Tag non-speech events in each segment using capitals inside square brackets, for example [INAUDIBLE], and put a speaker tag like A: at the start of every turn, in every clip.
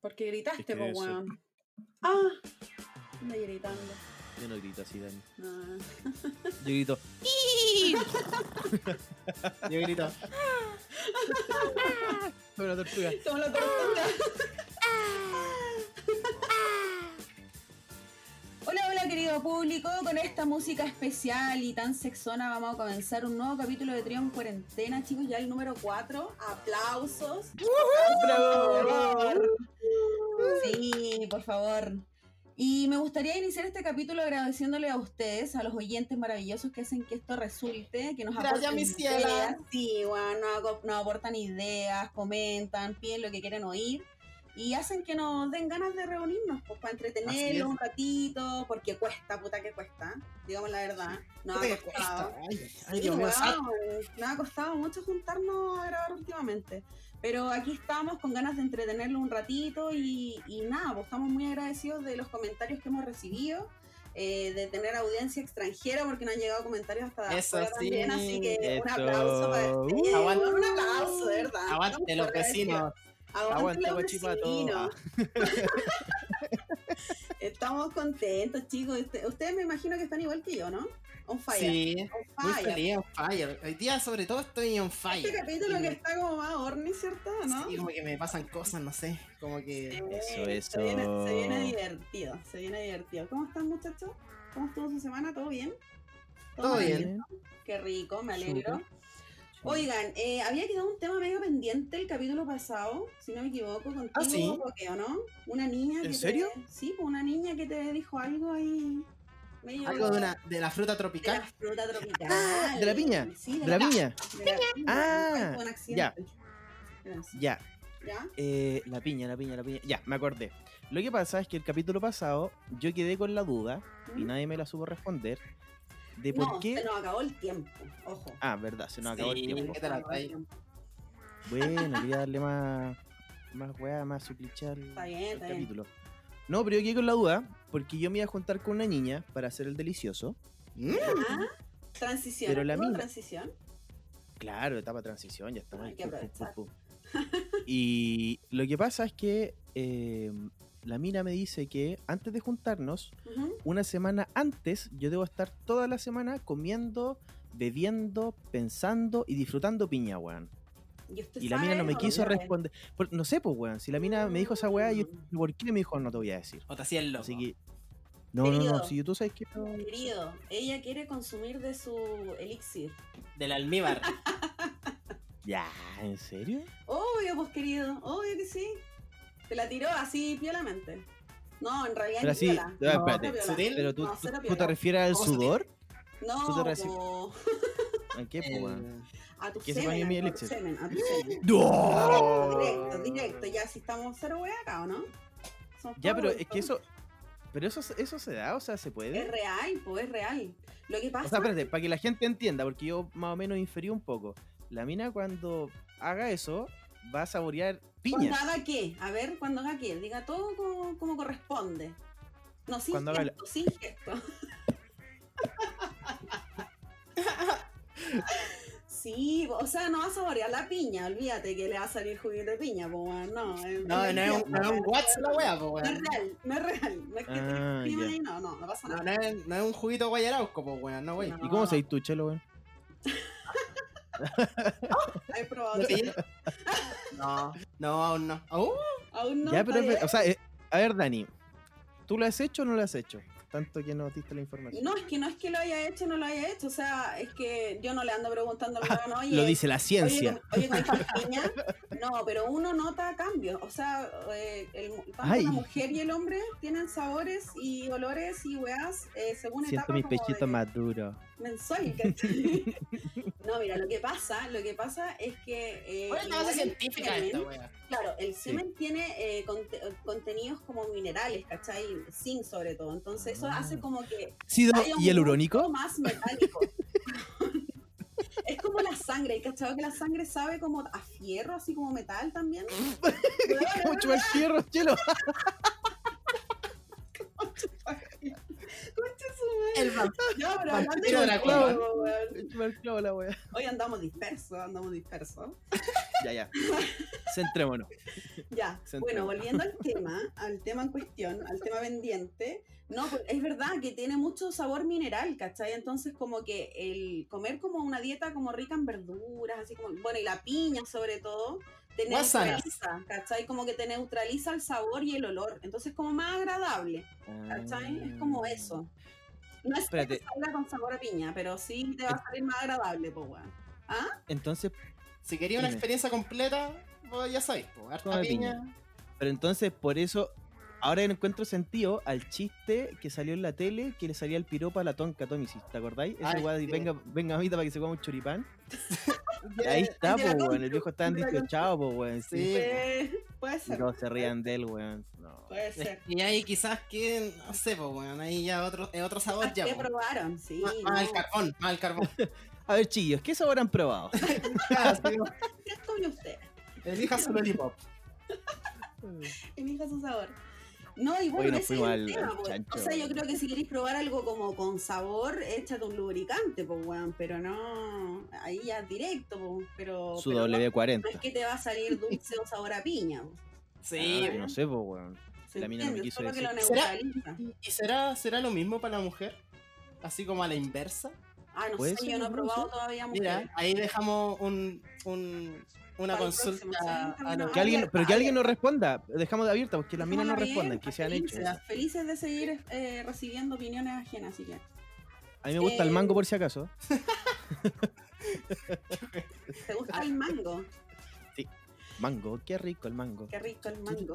A: Porque gritaste,
B: Es que
A: po,
B: eso. [LAUGHS]
A: weón. Ah, anda gritando.
B: Yo no grito así, Dani.
A: No.
B: Yo grito. "¡Ii!". Yo
A: [LAUGHS]
B: grito. "Ah". Soy una tortuga.
A: Somos la tortuga. Ah. Hola, hola querido público, con esta música especial y tan sexona vamos a comenzar un nuevo capítulo de Trío en Cuarentena, chicos, ya el número 4. Aplausos. Aplausos, por favor. Sí, por favor. Y me gustaría iniciar este capítulo agradeciéndole a ustedes, a los oyentes maravillosos que hacen que esto resulte, que nos
C: Gracias,
A: aportan
C: mis cielas.
A: ideas. Sí, bueno, nos, aco- nos aportan ideas, comentan, piden lo que quieren oír y hacen que nos den ganas de reunirnos, pues para
B: Así es.
A: entretenernos un ratito, porque cuesta, puta que cuesta, digamos la verdad. Nos ha
C: Te
A: costado.
C: cuesta. Ay, ay,
A: Sí,
C: Dios mío,
A: weón,
C: santo.
A: nos ha costado mucho juntarnos a grabar últimamente. Pero aquí estamos con ganas de entretenerlo un ratito y, y nada, pues estamos muy agradecidos de los comentarios que hemos recibido, eh, de tener audiencia extranjera, porque nos han llegado comentarios hasta de
C: Eso
A: afuera
C: sí, Uh,
A: también, así que un
B: eso.
A: aplauso para ustedes,
C: Aguante.
A: un aplauso, de verdad.
C: Aguante los vecinos.
A: Aguante,
B: Aguanta,
A: los
B: guachipato.
A: vecinos.
B: Ah,
C: [LAUGHS]
A: Estamos contentos, chicos. Este- Ustedes me imagino que están igual que yo, ¿no? On fire.
C: Sí,
A: on
C: muy
A: fire.
C: feliz, on fire. Hoy día, sobre todo, estoy on fire.
A: Este capítulo que está como más horny, ¿cierto? ¿No?
C: Sí, como que me pasan cosas, no sé. Como que.
B: Eso, eso.
A: Eh, Se viene, se viene divertido, se viene divertido. ¿Cómo están, muchachos? ¿Cómo estuvo su semana? ¿Todo bien?
C: Todo bien.
A: Qué rico, me
B: Súper.
A: alegro. Oigan, eh, había quedado un tema medio pendiente el capítulo pasado, si no me equivoco, contigo,
C: Ah, sí.
A: Coqueo, ¿no? Una niña que te-
B: serio?
A: Sí, pues, una niña que te dijo algo ahí. medio-
C: Algo de, una, de la fruta
A: de la
C: tropical.
A: fruta tropical.
B: Ah, de la piña,
A: Sí, de
B: La viña.
A: de la piña,
B: Ah,
A: fue un accidente. Gracias.
B: Ya.
A: ¿Ya?
B: Eh, la piña, la piña, la piña. Ya, me acordé. Lo que pasa es que el capítulo pasado yo quedé con la duda y
A: ¿Mm?
B: nadie me la supo responder de por
A: no,
B: qué.
A: se nos acabó el tiempo, ojo.
B: Ah, verdad, se nos acabó
C: Sí.
B: el tiempo.
C: ¿qué tal la trae?
B: Bueno, quería darle más, más weá, más suplichar el
A: Está bien, está bien.
B: capítulo. No, pero yo quedé con la duda porque yo me iba a juntar con una niña para hacer el delicioso.
C: Mm.
A: Ah, Transición.
B: Pero la
A: ¿Hubo
B: mina-
A: transición?
B: Claro, etapa de transición, ya estamos.
A: Hay
B: ahí,
A: que
B: pum, pum, pum,
A: aprovechar.
B: pum. Y lo que pasa es que eh, la mina me dice que antes de juntarnos,
A: Ujú.
B: una semana antes, yo debo estar toda la semana comiendo, bebiendo, pensando y disfrutando piña, weón.
A: ¿Y, usted
B: Y la
A: sabe
B: mina no me
A: eso?
B: quiso
A: Sabe.
B: responder. Por- no sé, pues, weón. Si la mina me dijo esa weá,
A: Mm.
B: yo, ¿por qué me dijo? No te voy a decir.
C: O te hacía el loco.
B: Así que. No, no, no.
A: Querido.
B: Si tú sabes que. no-
A: Querido, ella quiere consumir de su elixir.
C: Del
A: [LAUGHS]
C: almíbar.
B: Ya, ¿en serio?
A: Obvio, pues querido, obvio que sí. Te la tiró así piolamente. No, en realidad
B: Pero
A: ni
B: así.
A: piola.
B: ah,
C: No,
B: espérate.
A: no,
C: sutil.
B: Pero tú,
A: No,
B: tú-
A: cero
B: tú
A: piola.
B: te refieres al
C: ¿Cómo se
B: sudor.
A: No,
B: tú te recibes-
A: po,
B: ¿A qué, pues,
C: El-
B: weón?
A: a tu
B: Que se
A: semen,
B: bañe mi
A: a tu
B: elixir.
A: semen, a tu
B: [LAUGHS]
A: semen.
B: ¡No!
A: Directo, directo, ya si estamos cero wea acá, ¿o no? Somos
B: Ya,
A: todos
B: pero es
A: adultos.
B: que eso. Pero eso, eso se da, o sea, se
A: Es
B: puede.
A: real, pues es real. Lo que pasa
B: O sea, espérate, para que la gente entienda, porque yo más o menos inferí un poco. La mina cuando haga eso, va a saborear piña.
A: Cuando haga qué, a ver, cuando haga qué, diga todo como, como corresponde. No, sin
B: Cuando haga
A: gesto,
B: la-
A: sin gesto. [LAUGHS] sí, o sea, no va a saborear la piña, olvídate que le va a salir juguito de piña, po, weón, no. es-
C: No,
A: es
C: no es un,
A: mentira,
C: no es un
A: weón.
C: Watts la wea, po,
A: No es
C: weón.
A: real, no es real, no es que te
B: Ah,
A: expriman
B: ya.
A: ahí, no, no, no pasa
C: No,
A: nada.
C: no es, no es un juguito guayarauco, po, weón. No, wey.
A: No.
B: ¿Y cómo se dice tu chelo, weón?
A: He probado,
C: ¿No te
A: [LAUGHS]
C: llega? No, no, aún no. Uh, ¿Aún?
A: aún no.
B: ya, pero, es
A: está
B: ver- o sea, eh, a ver, Dani, ¿tú lo has hecho o no lo has hecho? Tanto que no diste la información.
A: No, es que no es que lo haya hecho, no lo haya hecho. O sea, es que yo no le ando preguntando al weón, oye.
B: [LAUGHS] lo dice la ciencia.
A: Oye, con- oye,
B: [LAUGHS]
A: con esta piña, no, pero uno nota cambios. O sea, eh, el, tanto
B: Ay.
A: la mujer y el hombre tienen sabores y olores y weas eh, según
B: Siento
A: etapa
B: mis
A: como de
B: pechitos más duros. [LAUGHS]
A: mensual, ¿cachai? no, mira, lo que pasa, lo que pasa es que. eh,
C: Oye, una
A: igual
C: base
A: el
C: científica
A: semen-
C: esta wea.
A: Claro, el semen tiene eh, conte- contenidos como minerales, ¿cachai? Zinc sobre todo. Entonces eso
B: Ah.
A: hace como que
B: ¿Sido
A: hay un
B: hialurónico?
A: gusto más metálico. [LAUGHS] es como la sangre, ¿y cachado que la sangre sabe como a fierro, así como metal también?
B: [LAUGHS] ¿Cómo chupar fierro, chelo?
A: Concha su madre.
C: [LAUGHS] El vamp-
A: Ya, pero hablando de
C: vampiro de la
A: huevo,
C: cueva.
A: weón.
B: Chupar clavo, la wea.
A: [LAUGHS] Hoy andamos dispersos, andamos dispersos.
B: Ya, ya. Centrémonos.
A: Ya,
B: Se
A: bueno,
B: entiende.
A: volviendo al tema, al tema en cuestión, al tema pendiente, no, pues, es verdad que tiene mucho sabor mineral, ¿cachai? Entonces como que el comer como una dieta como rica en verduras, así como, bueno, y la piña sobre todo, te
C: Más sana.
A: neutraliza, ¿cachai? Como que te neutraliza el sabor y el olor, entonces como más agradable, ¿cachai?
C: Mm.
A: Es como eso. No es que
B: Ah. Espérate.
A: te salga con sabor a piña, pero sí te va a salir más agradable, pues, weón.
B: Entonces,
C: Si quería una
B: Dime.
C: experiencia completa, vos ya sabéis, po, harta
B: Come
C: piña.
B: pero entonces por eso ahora encuentro sentido al chiste que salió en la tele que le salía el piropa a la tonca Tommy, ¿sí? ¿te acordáis? Esa
C: Ay,
B: weá de
C: sí.
B: venga, venga mamita para que se coma un choripán. Y ahí está,
A: de la
B: po,
A: tonca,
B: weón. El viejo estaba
A: el de la
B: despechado, po, weón.
C: Sí,
B: Sí.
A: Puede, puede
B: Y
A: ser,
B: todos se rían de él, weón. No.
A: puede
C: Es
A: ser.
C: que ahí quizás que, no sé, pues, bueno, ahí ya otro, es otro sabor ya.
A: ¿Qué
C: po.
A: probaron? Sí.
C: Más, más al
A: no.
C: carbón, más al carbón. [LAUGHS]
B: A ver, chillos, ¿qué sabor han probado?
C: Ah, sí, no.
A: ¿Qué comió usted?
C: Elija su lollipop.
A: Elija su sabor. No, y bueno,
B: nos
A: ese es
B: fuimos
A: el
B: al-
A: tema,
B: al
A: po. O
B: chancho.
A: sea, yo creo que si queréis probar algo como con sabor, échate un lubricante, pues, weón. Pero no, ahí ya es directo, po, Pero,
B: Su
A: pero no,
B: W40.
A: no es que te va a salir dulce o sabor a piña. po.
C: Sí.
B: Ah, no sé, po, weón.
A: ¿Se
B: La mina no me
A: entiende?
B: quiso
A: Solo que lo
B: decir.
C: ¿Será?
A: neutraliza.
C: Ah. ¿Y- ¿Y será, será lo mismo para la mujer? Así como a la inversa.
A: Ah, no
B: ¿Puede
A: sé,
B: ser,
A: yo no he
B: no
A: probado
B: sé?
A: todavía mujer.
C: Mira, ahí dejamos un, un-
A: Para
C: una
A: el
C: consulta
A: próximo, sí,
C: a los
A: no,
B: Que alguien,
A: abierta,
B: pero que alguien
A: abierta.
B: nos responda. Dejamos de abierta porque las minas no
A: Dejémosla
B: responden,
A: abierta,
B: que se han hecho.
A: felices, Felices de seguir eh, recibiendo opiniones ajenas, así que.
B: A mí me gusta el
A: Eh,
B: mango por si acaso.
A: ¿Te gusta el mango?
B: Mango, qué rico el mango.
A: Qué rico el mango.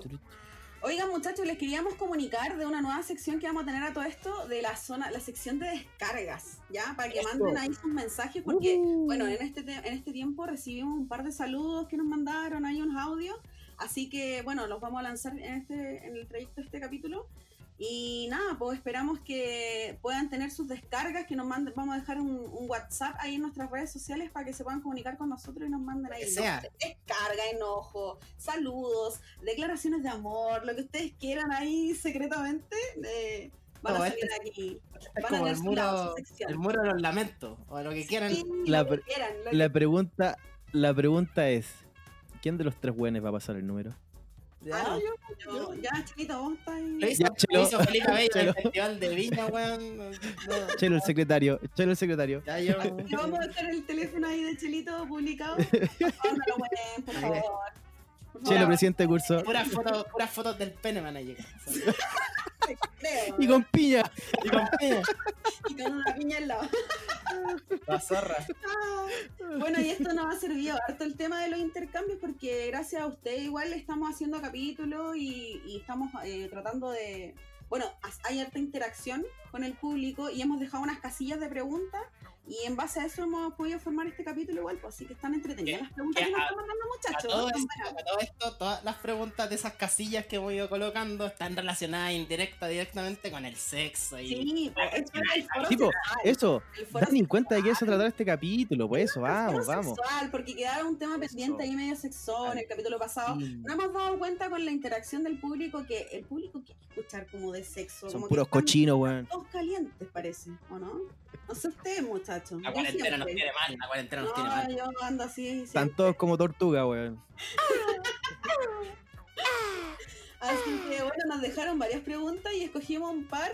A: Oigan muchachos, les queríamos comunicar de una nueva sección que vamos a tener a todo esto, de la zona, la sección de descargas, ¿ya? Para que
C: Eso. Uh.
A: manden ahí sus mensajes, porque, bueno, en este, te- en este tiempo recibimos un par de saludos que nos mandaron, hay unos audios, así que, bueno, los vamos a lanzar en, este, en el trayecto de este capítulo. Y nada, pues esperamos que puedan tener sus descargas, que nos manden, vamos a dejar un, un WhatsApp ahí en nuestras redes sociales para que se puedan comunicar con nosotros y nos manden ahí.
C: que
A: ¿no?
C: sea.
A: descarga, enojo, saludos, declaraciones de amor, lo que ustedes quieran ahí secretamente, eh, van
C: No,
A: a
C: este
A: salir aquí.
C: Es
A: Van a
C: como
A: tener
C: el
A: su lado,
C: muro,
A: su sección.
C: el muro de los lamentos. O lo que quieran.
A: Sí,
B: La
A: lo que
B: pre-
A: quieran, lo
B: La pregunta, la pregunta es: ¿quién de los tres buenos va a pasar el número?
A: Ah,
C: Ya,
A: no,
C: yo-
A: que- yo- ya, chiquito, vos estás ahí.
C: Lo hizo,
B: Ya,
C: lo
B: chelo.
C: hizo Felipe Abello en
B: Chelo.
C: el Festival de Viña, weón. No, no,
B: [LAUGHS] Chelo el
A: Oh.
B: secretario, Chelo el secretario.
C: ya yo.
A: Le vamos a dejar el teléfono ahí de Chelito publicado. Oh, no lo mueven, por favor. Por
B: Chelo,
A: favor,
B: presidente de curso.
C: Puras fotos, puras fotos del pene van
B: [LAUGHS]
C: a llegar.
A: creo.
B: Y con piña.
C: Y con piña.
A: Y con una piña al lado.
C: La zorra.
A: Bueno, y esto nos ha servido harto el tema de los intercambios porque gracias a usted igual estamos haciendo capítulos y, y estamos eh, tratando de... Bueno, has- hay harta interacción con el público y hemos dejado unas casillas de preguntas y en base a eso hemos podido formar este capítulo igual, pues así que están entretenidas las preguntas
C: que
A: que nos
C: a-
A: están mandando
C: A
A: muchachos.
C: todo,
A: Están
C: esto,
A: buenas.
C: a todo esto, todas las preguntas de esas casillas que voy colocando están relacionadas indirecta, directamente con el sexo. Y...
A: Sí, pues, esto era el foro
B: Tipo,
A: sexual,
B: Eso,
A: el foro
B: dan en cuenta de qué se
A: sexual.
B: tratar este capítulo, pues eso, vamos,
A: Foro
B: vamos.
A: sexual, porque quedaba un tema pendiente ahí medio sexón en el capítulo pasado.
B: Sí.
A: No hemos dado cuenta con la interacción del público que el público quiere escuchar como de sexo.
B: Son
A: como
B: puros
A: que están
B: cochinos, weón.
A: Todos calientes parece, ¿o no? No sé ustedes, muchachos.
C: La
A: yo
C: cuarentena nos
A: siempre.
C: tiene mal, la cuarentena nos tiene
A: pues. No,
C: mal.
A: yo ando así, sí.
B: Están todos como tortuga, weón.
A: Así que bueno, nos dejaron varias preguntas y escogimos un par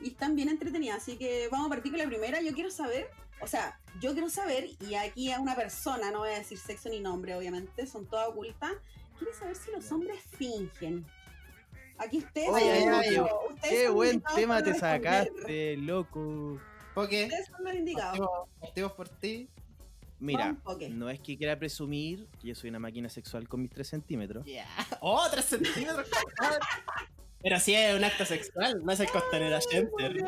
A: y están bien entretenidas. Así que vamos a partir con la primera. Yo quiero saber, o sea, yo quiero saber, y aquí a una persona, no voy a decir sexo ni nombre, obviamente, son todas ocultas. Quiere saber si los hombres fingen. Aquí ustedes.
C: Ay, ay,
A: son-
C: ay,
A: ustedes
B: Qué
A: son
B: buen
A: indicados
B: tema
A: para
B: te
A: responder.
B: sacaste, loco.
C: Porque
A: Ustedes son los indicados.
C: partimos, partimos por ti.
B: Mira,
A: Vamos, ok.
B: no es que quiera presumir que yo soy una máquina sexual con mis 3 centímetros.
C: Ya. [LAUGHS] ¡Oh, tres centímetros! compadre! Pero si es un acto sexual, no es el Costanera Center.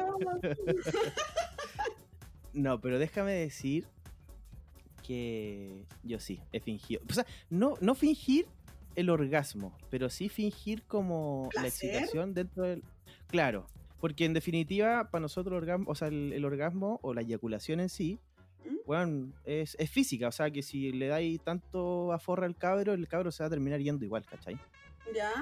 B: No, pero déjame decir que yo sí, he fingido. O sea, no, no fingir el orgasmo, pero sí fingir como la
A: ¿Placer?
B: excitación dentro del... Claro, porque en definitiva, para nosotros el orgasmo, o sea, el, el orgasmo o la eyaculación en sí,
A: ¿Mm?
B: weón, es, es física. O sea, que si le dais tanto aforra al cabro, el cabro se va a terminar yendo igual, ¿cachai?
A: ¿Ya?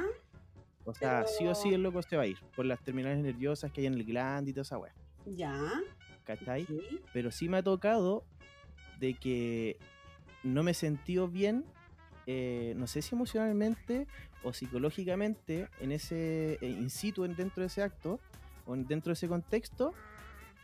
B: O sea, sí o sí
A: Pero-
B: el loco se va a ir por las terminales nerviosas que hay en el gland y toda esa weá,
A: ¿Ya?
B: ¿cachai?
A: ok.
B: Pero sí me ha tocado de que no me he sentido bien eh, no sé si emocionalmente o psicológicamente, en ese, eh, in situ en- dentro de ese acto, o en- dentro de ese contexto,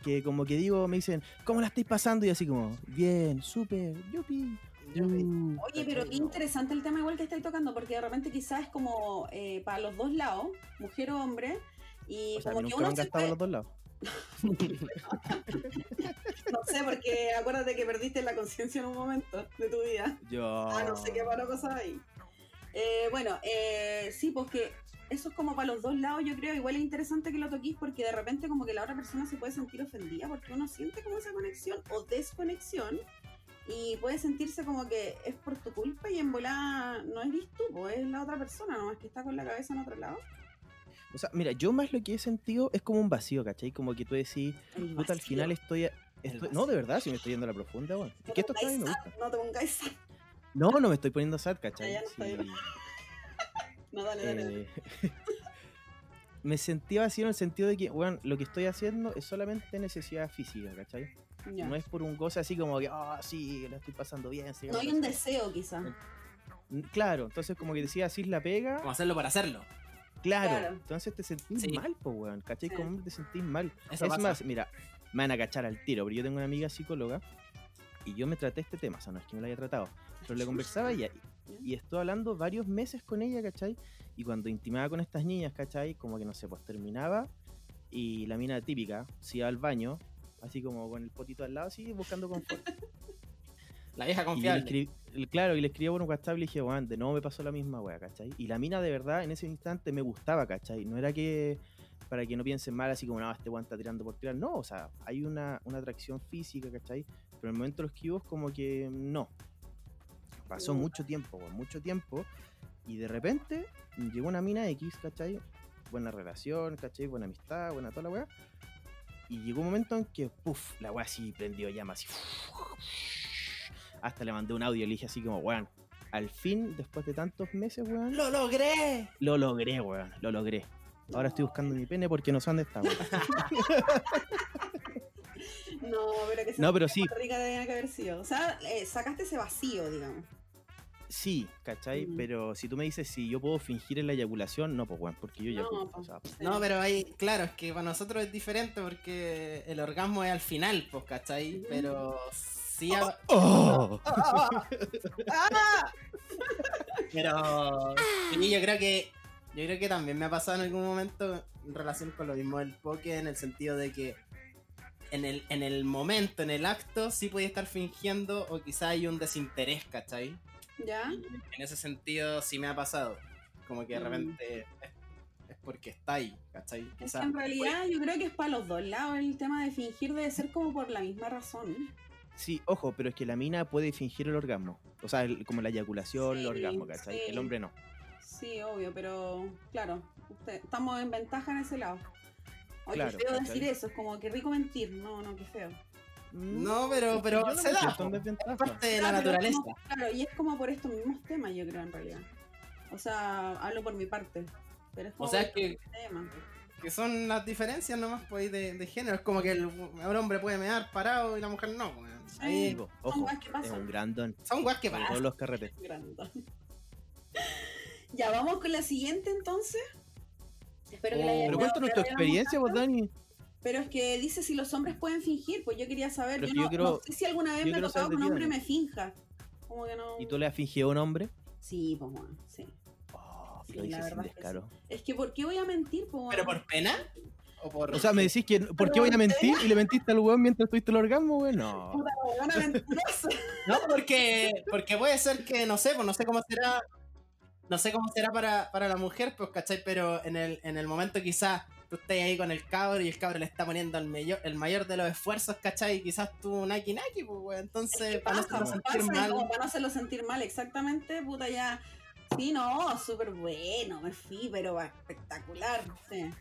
B: que como que digo, me dicen, ¿cómo la estáis pasando? Y así como, bien, súper, yupi.
A: Mm.
B: uh,
A: Oye, pero qué
B: ¿cachai? No.
A: interesante el tema igual que estáis tocando, porque de repente quizás es como eh, para los dos lados, mujer o hombre, y
B: O sea,
A: como que
B: nunca me
A: uno
B: han
A: se
B: gastado
A: puede-
B: los dos lados.
A: no sé, porque acuérdate que perdiste la conciencia en un momento de tu vida.
B: Yo.
A: Ah, no sé qué paró cosas ahí. Eh, bueno, eh, sí, porque eso es como para los dos lados, yo creo. Igual es interesante que lo toquís porque de repente como que la otra persona se puede sentir ofendida porque uno siente como esa conexión o desconexión y puede sentirse como que es por tu culpa y en volada no eres tú, pues es la otra persona nomás que está con la cabeza en otro lado.
B: O sea, mira, yo más lo que he sentido es como un vacío, ¿cachai? Como que tú decís,
A: El
B: puta, al
A: vacío.
B: final estoy. estoy- no, de verdad, si me estoy yendo a la profunda, weón. Es que esto está bien, me gusta.
A: No te pongáis sad.
B: No, no me estoy poniendo sad, ¿cachai?
A: ya no está bien.
B: Sí.
A: No, dale, dale. dale.
B: Eh, [LAUGHS] me sentía vacío en el sentido de que, weón, lo que estoy haciendo es solamente necesidad física, ¿cachai?
A: Ya.
B: Eh, No es por un goce así como que, ah, sí, la estoy pasando bien.
A: No
B: sigamos
A: hay un
B: así".
A: deseo quizás.
B: N- Claro, entonces como que decía, así es la pega,
C: Vamos a hacerlo para hacerlo.
B: claro.
A: Ah. Claro.
B: Entonces te sentís
C: Sí.
B: mal, po, weón, ¿cachai?
A: Sí.
B: Como hombre te sentís mal.
C: Eso
B: es
C: pasa.
B: más, mira, me van a cachar al tiro, pero yo tengo una amiga psicóloga y yo me traté este tema, o sea, no es que me lo haya tratado, pero le conversaba y, y estuve hablando varios meses con ella, ¿cachai? Y cuando intimaba con estas niñas, ¿cachai? Como que no sé, pues terminaba y la mina típica se iba al baño, así como con el potito al lado, así buscando confort.
C: La vieja
B: Y yo le
C: confiable.
B: escribí, el- claro, y le escribí por un WhatsApp y le dije, weón, de nuevo me pasó la misma wea, ¿cachai? Y la mina de verdad en ese instante me gustaba, ¿cachai? No era que para que no piensen mal, así como, no, este weón está tirando por tirar. No, o sea, hay una, una atracción física, ¿cachai? Pero en el momento de los kibos, como que no. Pasó
A: Mm.
B: mucho tiempo, weón, mucho tiempo. Y de repente llegó una mina X, ¿cachai? Buena relación, ¿cachai? Buena amistad, buena toda la wea. Y llegó un momento en que, puff, la wea así prendió llamas. Así, hasta le mandé un audio y le dije así como, weón, al fin, después de tantos meses, weón,
C: ¡Lo logré!
B: lo logré, weón, lo logré. Ahora estoy buscando mi pene porque no sé
A: [LAUGHS]
B: dónde está, weón.
A: No, pero que se
B: No, pero
A: sentía
B: sí.
A: más rica tenía que haber sido. O sea, eh, sacaste ese vacío, digamos.
B: Sí, ¿cachai?
A: Mm.
B: Pero si tú me dices si yo puedo fingir en la eyaculación, no, pues, weón, porque yo
A: No,
B: eyaculo.
A: po.
B: o sea, pues.
C: No,
A: [LAUGHS]
C: pero ahí, claro, es que para nosotros es diferente porque el orgasmo es al final, pues, ¿cachai? Pero sí, a-
A: [LAUGHS]
B: ¡Oh!
A: Ah,
B: [LAUGHS]
C: pero sí, yo creo que yo creo que también me ha pasado en algún momento en relación con lo mismo del poke en el sentido de que en el, en el momento, en el acto, sí podía estar fingiendo o quizá hay un desinterés, ¿cachai?
A: ¿Ya?
C: En ese sentido sí me ha pasado. Como que de
A: Mm.
C: repente es, es porque está ahí, ¿cachai?
A: Es
C: Quizá-
A: que en realidad yo creo que es para los dos lados el tema de fingir debe ser como por la misma razón.
B: Sí, ojo, pero es que la mina puede fingir el orgasmo. O sea, el- como la eyaculación, el
A: Sí,
B: orgasmo, ¿cachai?
A: sí.
B: El hombre no.
A: Sí, obvio, pero claro, usted- estamos en ventaja en ese lado. Oye,
B: Claro,
A: qué feo
B: ¿cachai?
A: decir eso, es como que rico mentir. No, no, qué feo.
B: Mm,
C: No, pero, pero
B: yo no
C: se
B: me
C: da.
B: siento en
C: po.
B: desventaja.
C: Es parte de la
A: Claro, Ah, pero es
C: naturaleza.
A: como- claro, y es como por estos mismos temas, yo creo, en realidad. O sea, hablo por mi parte. Pero es
C: O
A: como
C: sea,
A: por
C: que-
A: estos temas.
C: Que son las diferencias nomás pues, ahí de, de género. Es como que el, el hombre puede mear parado y la mujer no. weón.
B: Sí,
C: Ahí
B: po, Ojo,
A: weas que
B: es
A: pasan.
B: un gran don.
C: son guas que
B: Sobre todo
C: pasan.
B: los carretes.
A: Grandón. ya, vamos con la siguiente entonces. Espero que la
C: Oh.
A: hayan
B: Pero
A: dado
B: cuéntanos tu
A: prueba,
B: experiencia, vos, Dani.
A: Pero es que dice si los hombres pueden fingir, pues yo quería saber. Yo,
B: Pero es que yo
A: no,
B: quiero-
A: no sé si alguna vez
B: yo
A: me ha
B: quiero
A: tocado
B: saber
A: que un
B: de ti,
A: hombre
B: Dani.
A: me finja. Como que no.
B: ¿Y tú le has fingido a un hombre?
A: Sí, pues bueno, sí.
B: Oh, y
A: Sí,
B: lo
A: la
B: dices sin
A: verdad es que sí.
B: descaro.
A: Es que ¿por qué voy a mentir? Pues,
C: ¿Pero
A: bueno?
C: por pena? ¿O por.?
B: O sea, me decís que ¿por qué
A: Pero
B: voy
A: bueno,
B: a mentir? ¿Y le mentiste al weón mientras tuviste el orgasmo, weón? No.
A: Puta, weona
C: [LAUGHS]
A: mentirosa.
C: No, porque, porque puede ser que, no sé, pues no sé cómo será. No sé cómo será para, para la mujer, pues, ¿cachai? Pero en el, en el momento quizás tú estés ahí con el cabro y el cabro le está poniendo el mayor, el mayor de los esfuerzos, ¿cachai? Y quizás tú naki naki, pues, weón. Entonces, para no
A: pasa,
C: hacerlo
A: pues,
C: sentir
A: pasa,
C: mal.
A: como para no hacerlo sentir mal, exactamente, puta ya. Sí, no, súper bueno, me fui, pero va- espectacular, no sé.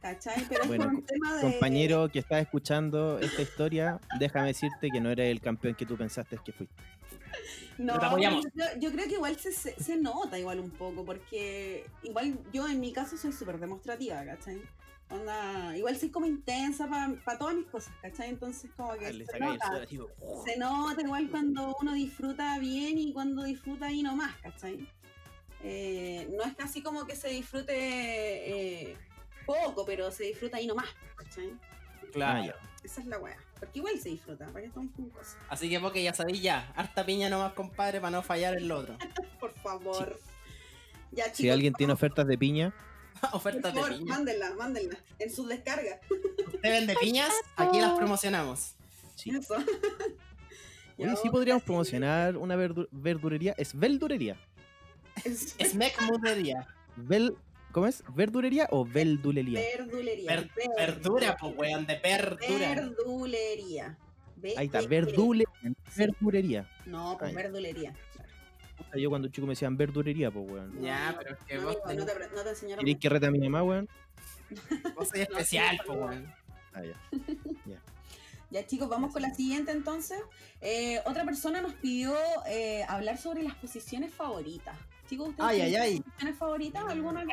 A: ¿Cachai? Pero
B: Bueno,
A: es por un
B: co-
A: tema de.
B: Compañero que estás escuchando esta historia, déjame decirte que no eres el campeón que tú pensaste que fuiste.
A: No,
C: Te apoyamos.
A: Yo, yo creo que igual se, se- se nota igual un poco, porque igual yo en mi caso soy súper demostrativa, ¿cachai? Onda, igual soy como intensa para todas mis cosas, ¿cachai? Entonces como que
B: Ah, le
A: se
B: sacáis el
A: nota,
B: sudor, así, como,
A: se nota igual cuando uno disfruta bien y cuando disfruta ahí nomás, ¿cachai? Eh, no es casi como que se disfrute eh, poco, pero se disfruta ahí nomás, ¿cachai?
B: Ah, ya.
C: Claro.
A: Esa es la weá, porque igual se disfruta, para que estamos con cosas.
C: Así que porque ya sabéis ya, harta piña nomás, compadre, para no fallar el otro.
A: [LAUGHS]
C: [LAUGHS]
A: Por favor. Ya, chicos.
B: Si alguien tiene ofertas de piña,
A: Por
C: Ofertas de
A: favor,
C: piña.
A: mándenla, mándenla. En sus descargas.
C: ¿Te vende piñas? Aquí las promocionamos.
A: [LAUGHS]
B: sí.
A: Eso.
B: Oye,
A: Ya,
B: sí podríamos promocionar una verdu- verdurería. Es veldurería.
A: es
C: Smack Mudería.
A: [LAUGHS]
B: Vel, ¿Cómo es? ¿Verdurería o veldulería?
A: Verdulería.
C: Ver- verdura, pues, weón, de verdura.
A: Verdulería. Ve-
B: Ahí está,
A: ve-
B: verdule, verdurería.
A: No, pues
B: Ahí.
A: verdulería.
B: Puta, Yo cuando chico me decían verdurería, pues, weón.
C: Ya, pero es que
A: No,
C: vos,
A: amigo, no
C: tenés-
A: te, pre- no te enseñaron.
B: ¿Queréis que reta a mi mamá, weón?
C: vos sois
A: No,
C: especial,
A: sí,
C: pues, weón.
B: Ah, ya.
A: Ya chicos, vamos con la siguiente entonces. Eh, otra persona nos pidió eh, hablar sobre las posiciones favoritas. Chicos, ¿ustedes
C: Ay,
A: tienen
C: ay,
A: [LAUGHS]
C: ay.
A: posiciones favoritas? ¿Alguna?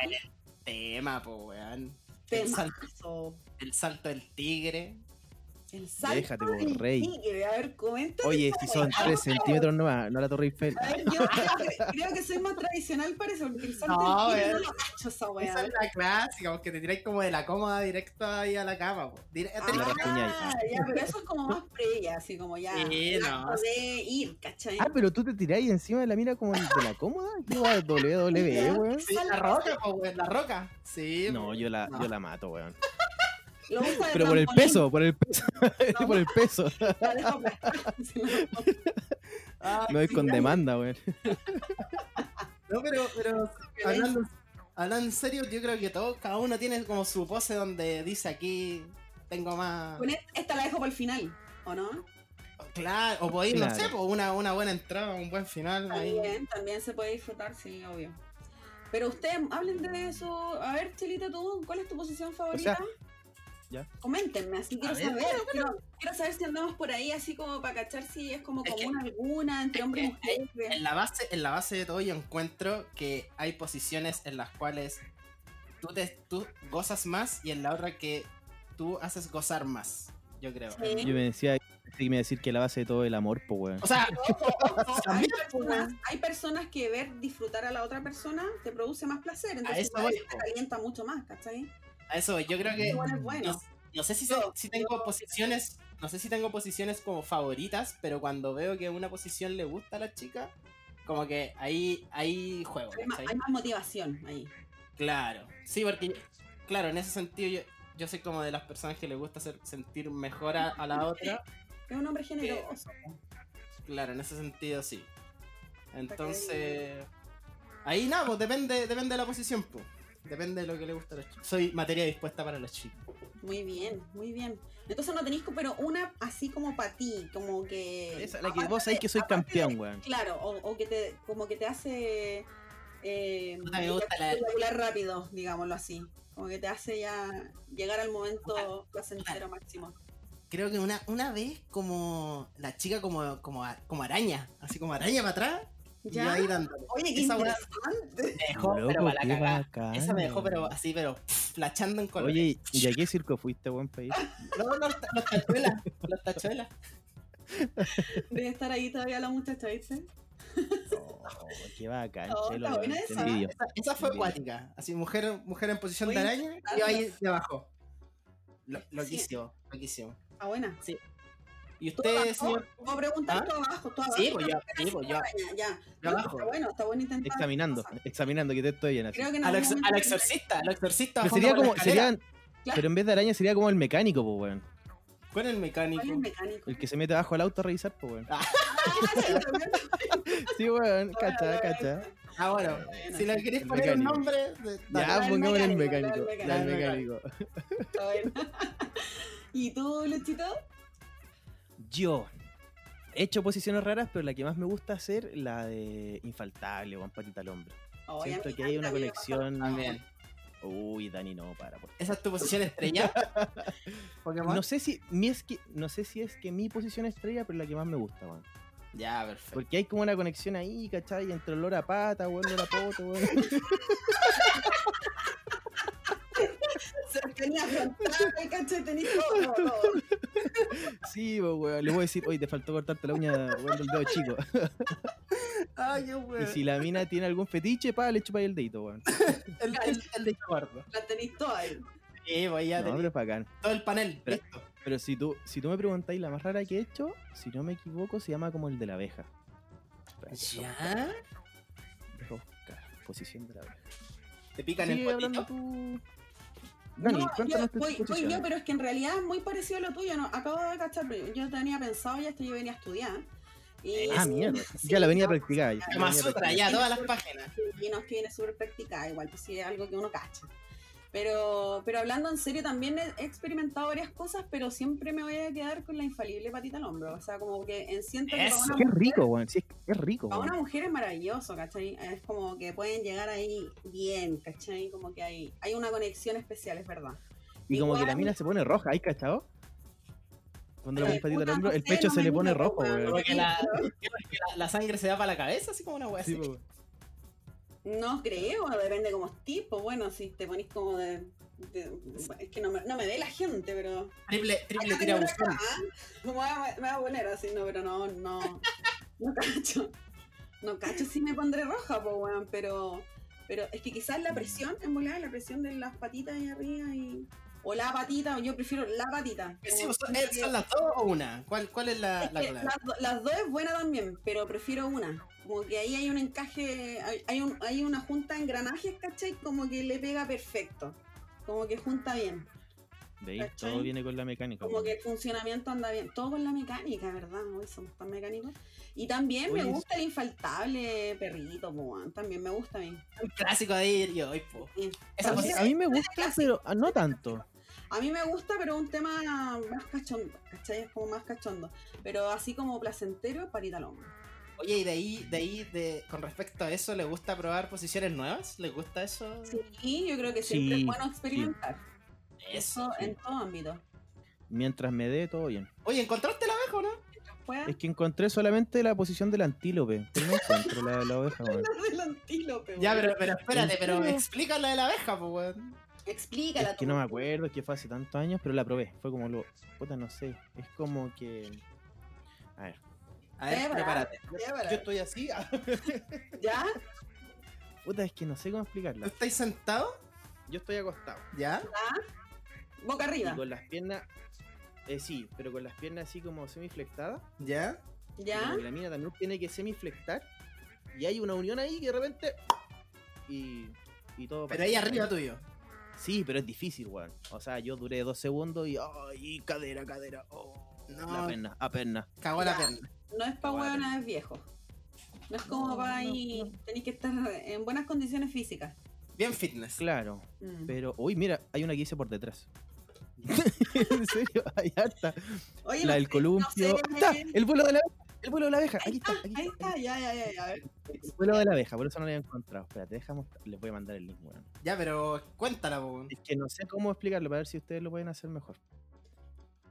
C: Tema, pues, weón. El
A: Tema.
C: salto, el salto del tigre.
A: El salto
B: Déjate,
A: del
B: por rey.
A: tigre. A ver, comenta.
B: Oye, si son 3 centímetros nomás, no la Torre Eiffel.
A: A ver, yo creo que, creo que soy más tradicional para eso, porque el salto
C: No,
A: del tigre
C: weón.
A: no lo cacho esa weá.
C: Esa es la clásica, porque te tiráis como de la cómoda directo ahí a la cama, pues. Dire- tenés
B: la
C: que-
B: rasguñáis.
A: Ah, ya, pero eso es como más previa, así como ya
C: Sí,
A: el
C: no.
A: acto de ir, ¿cachai?
B: Ah, pero tú te tiráis encima de la mira como de la cómoda. ¿Qué va WWE, weón?
C: Sí, la roca, pues, weón, la roca. Sí.
B: No,
C: pues.
B: yo la,
C: No.
B: yo la mato, weón.
A: Lo usa de
B: Pero por el
A: trampolín,
B: peso, por el peso. [LAUGHS] por el peso.
A: [LAUGHS] la deja [LAUGHS] aplastar, se lo-
C: Ah,
B: Me voy con demanda, weón.
C: No, pero, pero hablando, hablando en serio, yo creo que todos, cada uno tiene como su pose donde dice aquí tengo más.
A: Con esta- Esta la dejo para el final, ¿o no?
C: Claro, o podéis, no
B: Claro.
C: sé, pues, una, una buena entrada, un buen final. Ahí.
A: También, también se puede disfrutar, sí, obvio. Pero ustedes hablen de eso. A ver, Chilita, tú, ¿cuál es tu posición favorita?
B: ya.
A: Coméntenme, así quiero
C: ver,
A: saber. Quiero, quiero saber si andamos por ahí, así como para cachar si es como
C: Es que-
A: común alguna entre
C: es
A: hombre y mujer.
C: En la, base, en la base de todo, yo encuentro que hay posiciones en las cuales tú, te, tú gozas más y en la otra que tú haces gozar más, yo creo.
A: Sí.
B: Yo me decía que me iba a decir que la base de todo es el amor, pues, weón.
C: O sea,
A: hay,
C: también, pues,
A: personas, hay personas que ver disfrutar a la otra persona te produce más placer, entonces
C: eso voy,
A: te
C: po.
A: calienta mucho más, ¿cachai?
C: a eso voy, yo creo que
A: Igual es bueno. [LAUGHS]
C: No, no sé si, se-
A: Yo-
C: si tengo posiciones. No sé si tengo posiciones como favoritas, pero cuando veo que una posición le gusta a la chica, como que ahí, ahí juego,
A: Hay más,
C: ¿cachai?
A: hay más motivación ahí.
C: Claro. Sí, porque claro, en ese sentido yo, yo soy como de las personas que le gusta hacer sentir mejor a, a la otra.
A: Es un hombre generoso.
C: Claro, en ese sentido sí. Entonces. Ahí nada, pues depende, depende de la posición, pues. Depende de lo que le gusta a los chicos. Soy materia dispuesta para los chicos.
A: Muy bien, muy bien. Entonces no tenéis, co- pero una así como para ti, como que.
B: Esa, la que vos sabés que soy
C: Ah,
B: campeón, weón.
A: Claro, o, o que te, como que te hace. Eh,
C: Puta, me gusta la-
A: eyacular rápido, digámoslo así. Como que te hace ya llegar al momento placentero máximo.
C: creo que una, una vez como la chica como, como, a- como araña, así como araña para atrás, y yo
A: Ya.
C: ahí dándole.
A: Oye, qué
C: Esa weá-
A: interesante.
C: Me dejó, pero
B: Loco,
C: para
B: qué
C: la cagada.
B: bacán,
C: Esa me dejó,
B: weón.
C: pero así, pero pff, flachando en color.
B: Oye, ¿y a qué circo fuiste, weón, país?
C: No, no, los ta- los tachuelas, los tachuelas.
A: Debe estar ahí todavía la muchacha, ¿viste?
B: Oh, qué bacán,
A: Oh,
B: chelo,
A: está
B: weón,
A: buena
B: te
A: esa.
B: envidio.
C: Esa, esa fue
B: Envidia.
C: acuática, así mujer, mujer en posición de
A: Oye,
C: araña, y yo ahí debajo. Lo, loquísimo, loquísimo.
A: Ah, buena.
C: ¿Y
A: ¿Tú
B: Este
C: usted,
A: abajo?
C: señor?
A: Vamos a preguntar
C: ¿Ah?
A: tú abajo, tú abajo.
C: Sí, pues
A: Pero
C: yo, sí,
A: así
C: pues
A: como
C: yo,
A: araña, ya.
C: yo
A: No,
C: abajo.
A: Está bueno, está bueno intentar.
B: Examinando,
A: cosas.
B: examinando que te estoy bien así.
A: Creo que en
C: A lo,
A: algún
C: ex- a lo
A: momento-
C: exorcista, a lo exorcista.
B: Pero
C: bajando
B: sería
C: por la
B: como,
C: escalera.
B: serían, pero en vez de araña sería como el mecánico, pues, weón.
C: ¿Cuál es el mecánico?
B: pues.
A: ¿Cuál es el
B: [LAUGHS]
A: mecánico?
B: El que se mete abajo al auto a revisar, pues, weón.
A: Ah, sí, también. [LAUGHS]
B: Sí, weón, cacha, cacha.
C: Ah, bueno,
A: Bueno,
C: si le querés
B: el
C: poner un
B: mecánico.
C: nombre, de- dale.
B: Ya, pongámosle el
A: mecánico,
B: mecánico.
A: el
B: Ya, el
C: mecánico.
B: mecánico.
A: está bueno. [LAUGHS] ¿Y tú, Luchito?
B: Yo he hecho posiciones raras, pero la que más me gusta hacer la de infaltable, Juan Patita al hombro.
A: Oye, a
B: Siento
A: mí
B: que hay
A: me
B: una
A: encanta, [LAUGHS]
B: conexión.
C: También.
B: Uy, Dani, no, para. por-
C: ¿Esa es tu posición
B: [LAUGHS]
C: estrella? Pokémon.
B: No sé si mi es que no sé si es que mi posición estrella, pero la que más me gusta, Juan.
C: Ya, perfecto.
B: Porque hay como una conexión ahí, ¿cachai? Entre olor a pata, weón, olor a poto, weón. [LAUGHS]
A: Cercanía frontal, ¿cachai? Tenís todo, todo.
B: Sí, po, weón. Le voy a decir, oye, te faltó cortarte la uña, weón, del dedo [LAUGHS] chico.
C: Ay, yo,
B: Y
C: weón.
B: si la mina tiene algún fetiche, pa, le chupáis el dedito, weón.
C: El, el, el de Chapardo.
A: La tenís toda ahí.
C: Sí, pues ya
B: No,
C: tenía
B: pero es bacán.
C: todo el panel.
B: Pero-
C: listo.
B: Pero si tú, si tú me preguntáis la más rara que he hecho, si no me equivoco, se llama como el de la abeja. Espera, deja
C: Ya.
B: buscar Posición de la abeja.
C: Te pican el
B: Sigue
C: potito.
B: hablando tú. Dani,
A: No,
B: cuéntanos
A: yo
B: tu
A: voy, voy
B: posición.
A: yo, pero es que en realidad es muy parecido a lo tuyo. No, acabo de cachar, pero yo tenía pensado ya esto, yo venía a estudiar. Y
B: Ah, mierda.
A: Sí,
B: Ya la venía
A: no,
B: practicada. ya la
C: Más
B: venía
C: otra,
B: practicada.
C: ya, todas las páginas.
A: Y no es que viene súper practicada, igual pues sí es algo que uno cacha. Pero, pero hablando en serio, también he he experimentado varias cosas, pero siempre me voy a quedar con la infalible patita al hombro. O sea, como que en siento que para
C: Eso.
A: una
B: Qué rico, weón. Sí, es, es rico,
A: Para
B: weón.
A: una mujer es maravilloso, ¿cachai? Es como que pueden llegar ahí bien, ¿cachai? Como que hay, hay una conexión especial, es verdad.
B: Y como que la
A: Igual.
B: mina se pone roja, ¿hay cachado? Cuando le
A: Eh,
B: pones patita al
A: puta,
B: hombro,
A: no
B: el
A: sé,
B: pecho
A: no
B: se
A: me
B: le pone
A: gusta,
B: rojo,
A: weón.
B: weón.
C: Porque la, porque la, la sangre se da para la cabeza, así como una wea
B: Sí,
C: así.
B: po.
A: [LAUGHS] No creo, depende como tipo. Bueno, si te ponís como de. de- es que no me, no me ve la gente, pero.
C: Triple, triple
A: Acá
C: tira
A: Ah, tengo una
C: buzón.
A: cama, Me voy a, me voy a poner así, no, pero no, no. No cacho. No cacho si me pondré roja, pues, weón, pero. Pero es que quizás la presión, en volada, la presión de las patitas ahí arriba y. O la patita, o yo prefiero la patita.
C: Sí,
A: como
C: pues, son,
A: que-
C: eh, son las dos o una. ¿Cuál, cuál es la,
A: es
C: la
A: que
C: clave?
A: las, do- las dos es buena también, pero prefiero una. Como que ahí hay un encaje, hay, hay un- hay una junta de engranajes, ¿cachai? Como que le pega perfecto. Como que junta bien.
B: ¿Veis? Todo
A: ¿Cachai?
B: viene con la mecánica.
A: Como
B: weón.
A: que el funcionamiento anda bien. Todo con la mecánica, ¿verdad? Hoy somos tan mecánicos. Y también me
B: Oye,
A: gusta el infaltable perrito, po, weón. también me gusta a mí.
C: Un clásico ahí, yo, hoy, po.
A: Sí.
C: Esa
B: A mí-
C: posición.
B: a mí me gusta, pero ah, no tanto.
A: A mí me gusta, pero un tema más cachondo, ¿cachai? Es como más cachondo. Pero así como placentero, parita al hombro.
C: Oye, y de ahí, de ahí, de, con respecto a eso, ¿le gusta probar posiciones nuevas? ¿Le gusta eso?
A: Sí, yo creo que siempre
B: Sí,
A: es bueno experimentar. Eso
B: sí.
A: en todo ámbito.
B: Mientras me dé, todo bien.
C: Oye, ¿encontraste la abeja o no?
A: Pueda. [LAUGHS]
B: Es que encontré solamente la posición del antílope. Pero no encuentro la de la
A: [LAUGHS]
B: oveja, weón.
A: del antílope.
C: Ya,
A: weón.
C: pero, pero espérate,
B: ¿En
C: pero
B: serio?
C: explica la de la abeja, po, weón.
A: Explícala
B: Es que
A: tú.
B: no me acuerdo, es que fue hace tantos años, pero la probé. Fue como lo. Puta, no sé. Es como que. A ver.
C: A ver,
A: Débora,
C: prepárate.
A: Débora.
C: Eh, Yo estoy así. [LAUGHS]
A: ¿Ya?
B: Puta, es que no sé cómo
C: ¿Tú
B: explicarla.
C: ¿Estáis sentado?
B: Yo estoy acostado.
C: ¿Ya?
A: Boca
B: Y
A: arriba.
B: con las piernas. Eh, sí, pero con las piernas así como semiflectadas.
C: ¿Ya?
B: y
A: ¿Ya?
B: como que la mina también tiene que semiflectar. Y hay una unión ahí que de repente. Y. Y todo
C: Pero
B: parte,
C: ahí
B: ¿cachai?
C: arriba tuyo.
B: Sí, pero es difícil, weón. O sea, yo duré dos segundos y. ¡Ay! cadera, cadera. Oh,
C: No.
B: La perna, a perna.
C: Cagó la
A: Ya.
C: pierna.
A: No es para
B: Aguanta.
A: hueonas, es viejo. No es como
B: No,
A: para
B: no,
A: ahí.
B: no.
A: Tenéis que estar en buenas condiciones físicas.
C: Bien fitness.
B: Claro.
A: Mm.
B: Pero, uy, mira, hay una que hice por detrás. en serio, ahí está.
A: Oye,
B: La
A: no-
B: del columpio.
A: no sé,
B: ¡Ah, está!
A: eh.
B: El vuelo de la abeja. El vuelo de la abeja. Aquí está. Aquí
A: ahí
B: está.
A: está, ya, ya, ya. ya. A ver.
B: El vuelo de la abeja, por eso no lo había encontrado. Espérate, dejamos. Les voy a mandar el link, weón.
C: Ya, pero cuéntala, po, weón.
B: Es que no sé cómo explicarlo, para ver si ustedes lo pueden hacer mejor.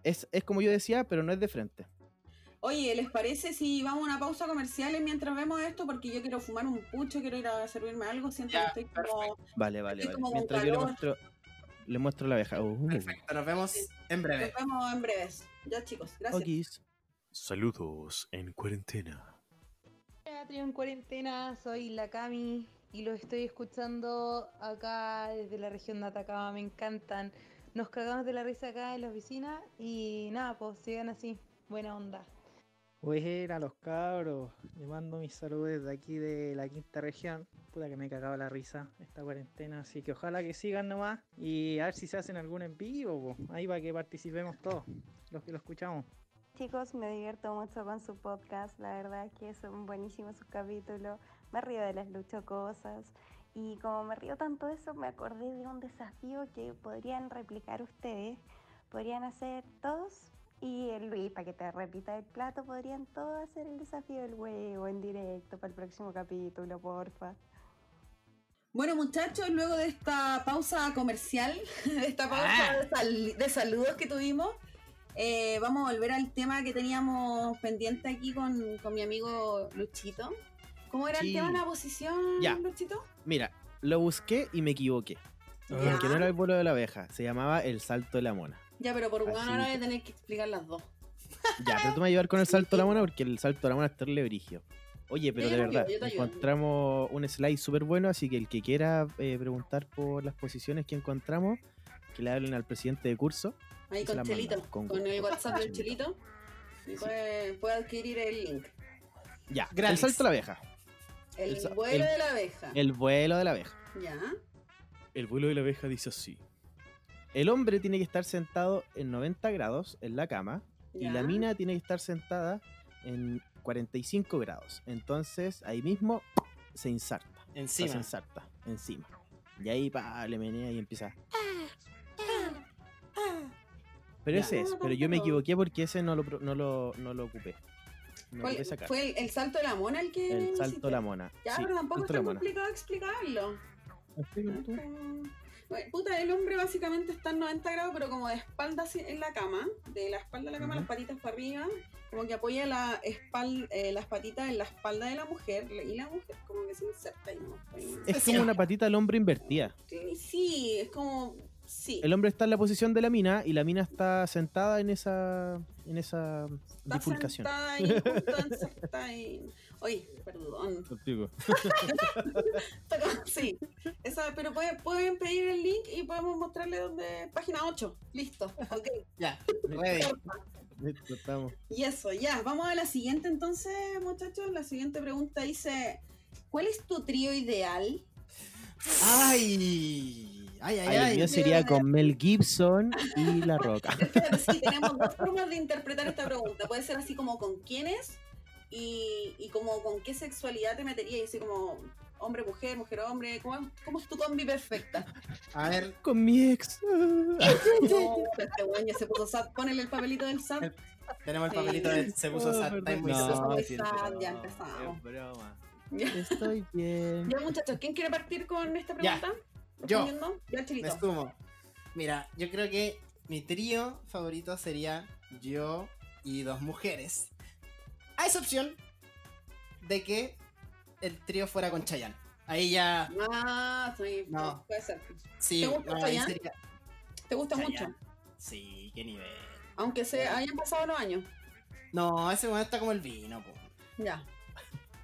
B: Es, es como yo decía, pero no es de frente.
A: Oye, ¿les parece si vamos a una pausa comercial mientras vemos esto? Porque yo quiero fumar un pucho, quiero ir a servirme algo. Siento
C: Ya,
A: que estoy como.
B: Vale, vale,
A: Estoy
B: vale.
A: como con
B: Mientras yo le
A: calor.
B: muestro, le muestro la abeja. Uh,
C: Perfecto, nos vemos en breve.
A: Nos vemos en breves. Ya, chicos, gracias.
B: okis.
D: Saludos en cuarentena.
E: Hola, Trio en Cuarentena, soy la Cami y los estoy escuchando acá desde la región de Atacama, me encantan. Nos cagamos de la risa acá en la oficina y nada, pues sigan así, buena onda.
F: Buena, los cabros. Les mando mis saludos desde aquí de la quinta región. Puta que me he cagado la risa esta cuarentena, así que ojalá que sigan nomás y a ver si se hacen algún en vivo, po. ahí para que participemos todos, los que lo escuchamos.
G: Chicos, me divierto mucho con su podcast, la verdad que son buenísimos sus capítulos, me río de las luchocosas y como me río tanto de eso me acordé de un desafío que podrían replicar ustedes, podrían hacer todos y el Luis, para que te repita el plato, podrían todos hacer el desafío del huevo en directo para el próximo capítulo, porfa.
A: Bueno, muchachos, luego de esta pausa comercial, [LAUGHS] de esta pausa
C: Ah.
A: de, sal- de saludos que tuvimos, Eh, vamos a volver al tema que teníamos pendiente aquí con, con mi amigo Luchito. ¿Cómo era
B: Sí.
A: el tema de la posición,
B: Ya.
A: Luchito?
B: Mira, lo busqué y me equivoqué. Porque no era el vuelo de la abeja, se llamaba el salto de la mona.
A: Ya, pero por
B: Así
A: bueno ahora voy
B: que-
A: a tener que explicar las dos.
B: Ya, pero tú me vas a ayudar con el salto de la mona porque el salto de la mona es terrible brigio. Oye, pero
A: yo
B: de
A: te ayudo,
B: verdad,
A: pues, yo te ayudo.
B: encontramos un slide súper bueno, así que el que quiera eh, preguntar por las posiciones que encontramos, que le hablen al presidente de curso.
A: Ahí
B: Y se
A: con
B: las
A: Chelito,
B: mandamos, con
A: con, el
B: gusto.
A: WhatsApp del Chelito. Y
B: Sí.
A: puede, puede adquirir el link.
B: Ya,
C: Gratis.
B: el salto de la abeja.
A: El,
B: El sa-
A: vuelo
B: el-
A: de la abeja.
B: El vuelo de la abeja.
A: Ya.
D: El vuelo de la abeja dice así.
B: El hombre tiene que estar sentado en 90 grados en la cama y
A: ya.
B: la mina tiene que estar sentada en 45 grados. Entonces ahí mismo se inserta.
C: Encima.
B: Se ensarta, encima. Y ahí pa, le menea y empieza. Pero
C: Ya.
B: ese es, pero yo me equivoqué porque ese no lo, pro- no lo, no lo ocupé. No lo
A: ¿Cuál-
B: ocupé sacar.
A: ¿Fue el, el salto de la mona el que
B: El
A: no
B: salto
A: hiciste?
B: a la mona.
A: Ya,
B: sí,
A: pero tampoco es
B: salto a la
A: tan
B: mona.
A: complicado explicarlo.
B: Explícame tú.
A: Como- Bueno, puta, el hombre básicamente está en 90 grados, pero como de espalda hacia- en la cama, de la espalda a la cama,
B: Ujú.
A: las patitas para arriba, como que apoya la espal- eh, las patitas en la espalda de la mujer y la mujer como que se inserta y no.
B: Es como una patita del hombre invertida.
A: Sí, es como. Sí.
B: El hombre está en la posición de la mina y la mina está sentada en esa, en esa
A: Está
B: bifurcación.
A: sentada ahí, justo insertada ahí. Oye, perdón. [LAUGHS]
B: Contigo.
A: Pero sí. Esa, pero pueden, pueden pedir el link y podemos mostrarle dónde. Página 8. Listo. Ok.
C: Ya, ready.
B: Listo, estamos.
A: Y eso, ya, vamos a la siguiente entonces, muchachos. La siguiente pregunta dice, ¿cuál es tu trío ideal?
C: Ay, ay, ay,
B: Ay, el
C: ay.
B: mío sería con Mel Gibson y La
A: [LAUGHS]
B: Roca.
A: Espérate, sí, tenemos
C: [LAUGHS]
A: dos formas de interpretar esta pregunta. Puede ser así como con quiénes y, y como con qué sexualidad te meterías, así como hombre, mujer, mujer, hombre, ¿cómo, cómo es tu combi
C: [LAUGHS]
A: perfecta?
C: A ver,
B: Con mi ex.
A: No, este weón ya se puso sad, ponele el papelito del sad.
C: tenemos el
A: Sí.
C: papelito de se puso
B: Oh,
C: sad,
B: perdón.
C: está muy
B: No,
C: sad.
A: Empezamos,
B: sí,
A: ya
B: broma,
A: empezamos.
B: es broma.
A: Ya.
B: Estoy bien.
A: Ya muchachos, ¿quién quiere partir con esta
C: Ya.
A: pregunta? ¿Lo
C: Yo.
A: están viendo? Ya,
C: Me
A: Chelito.
C: sumo. Mira, yo creo que mi trío favorito sería yo y dos mujeres. A excepción de que el trío fuera con Chayanne. Ahí ya.
A: Ah, sí,
C: No.
A: puede ser.
C: Sí,
A: ¿Te gusta
C: no, ahí
A: Chayanne?
C: sería-
A: ¿Te gusta mucho?
C: Chayanne. Sí, qué nivel.
A: Aunque se hayan pasado los años.
C: No, ese momento está como el vino, po.
A: Ya.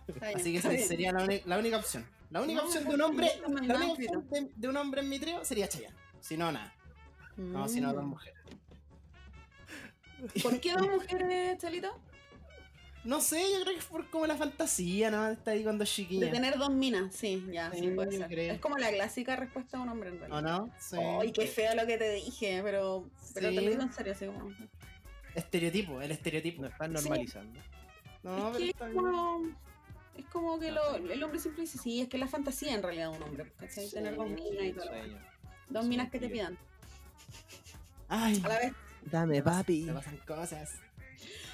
A: Está bien,
C: Así que
A: está
C: esa
A: bien.
C: sería la, uni- la única opción. La única
A: No,
C: opción
A: no,
C: de un
A: no,
C: hombre.
A: no, no,
C: La
A: no,
C: única
A: no.
C: opción de, de un hombre en mi trío sería Chayanne. Si no, nada. No, si
A: Mm.
C: no, dos mujeres.
A: ¿Por qué
C: [LAUGHS]
A: dos mujeres, Chelito?
C: No sé, yo creo que es por como la fantasía, ¿no? Está ahí con dos
A: De
C: chiquillas.
A: tener dos minas, sí, ya, sí,
C: Sí,
A: puede ser.
C: creo.
A: Es como la clásica respuesta de un hombre en
C: ¿O
A: realidad.
C: no? Sí.
A: Ay, qué feo lo que te dije, pero, pero
C: Sí.
A: te lo digo en serio, así como.
C: Estereotipo, el estereotipo.
B: Nos están normalizando.
A: es que
C: No, pero
A: es
C: está bien.
A: como. Es como que lo- el hombre siempre dice, sí, es que es la fantasía en realidad de un hombre, ¿cachai? Tener dos minas y todo. lo demás. Dos
B: Sí,
A: minas que te
B: sí.
A: pidan.
C: Ay,
A: A la vez.
B: Dame, papi.
C: me pasan cosas.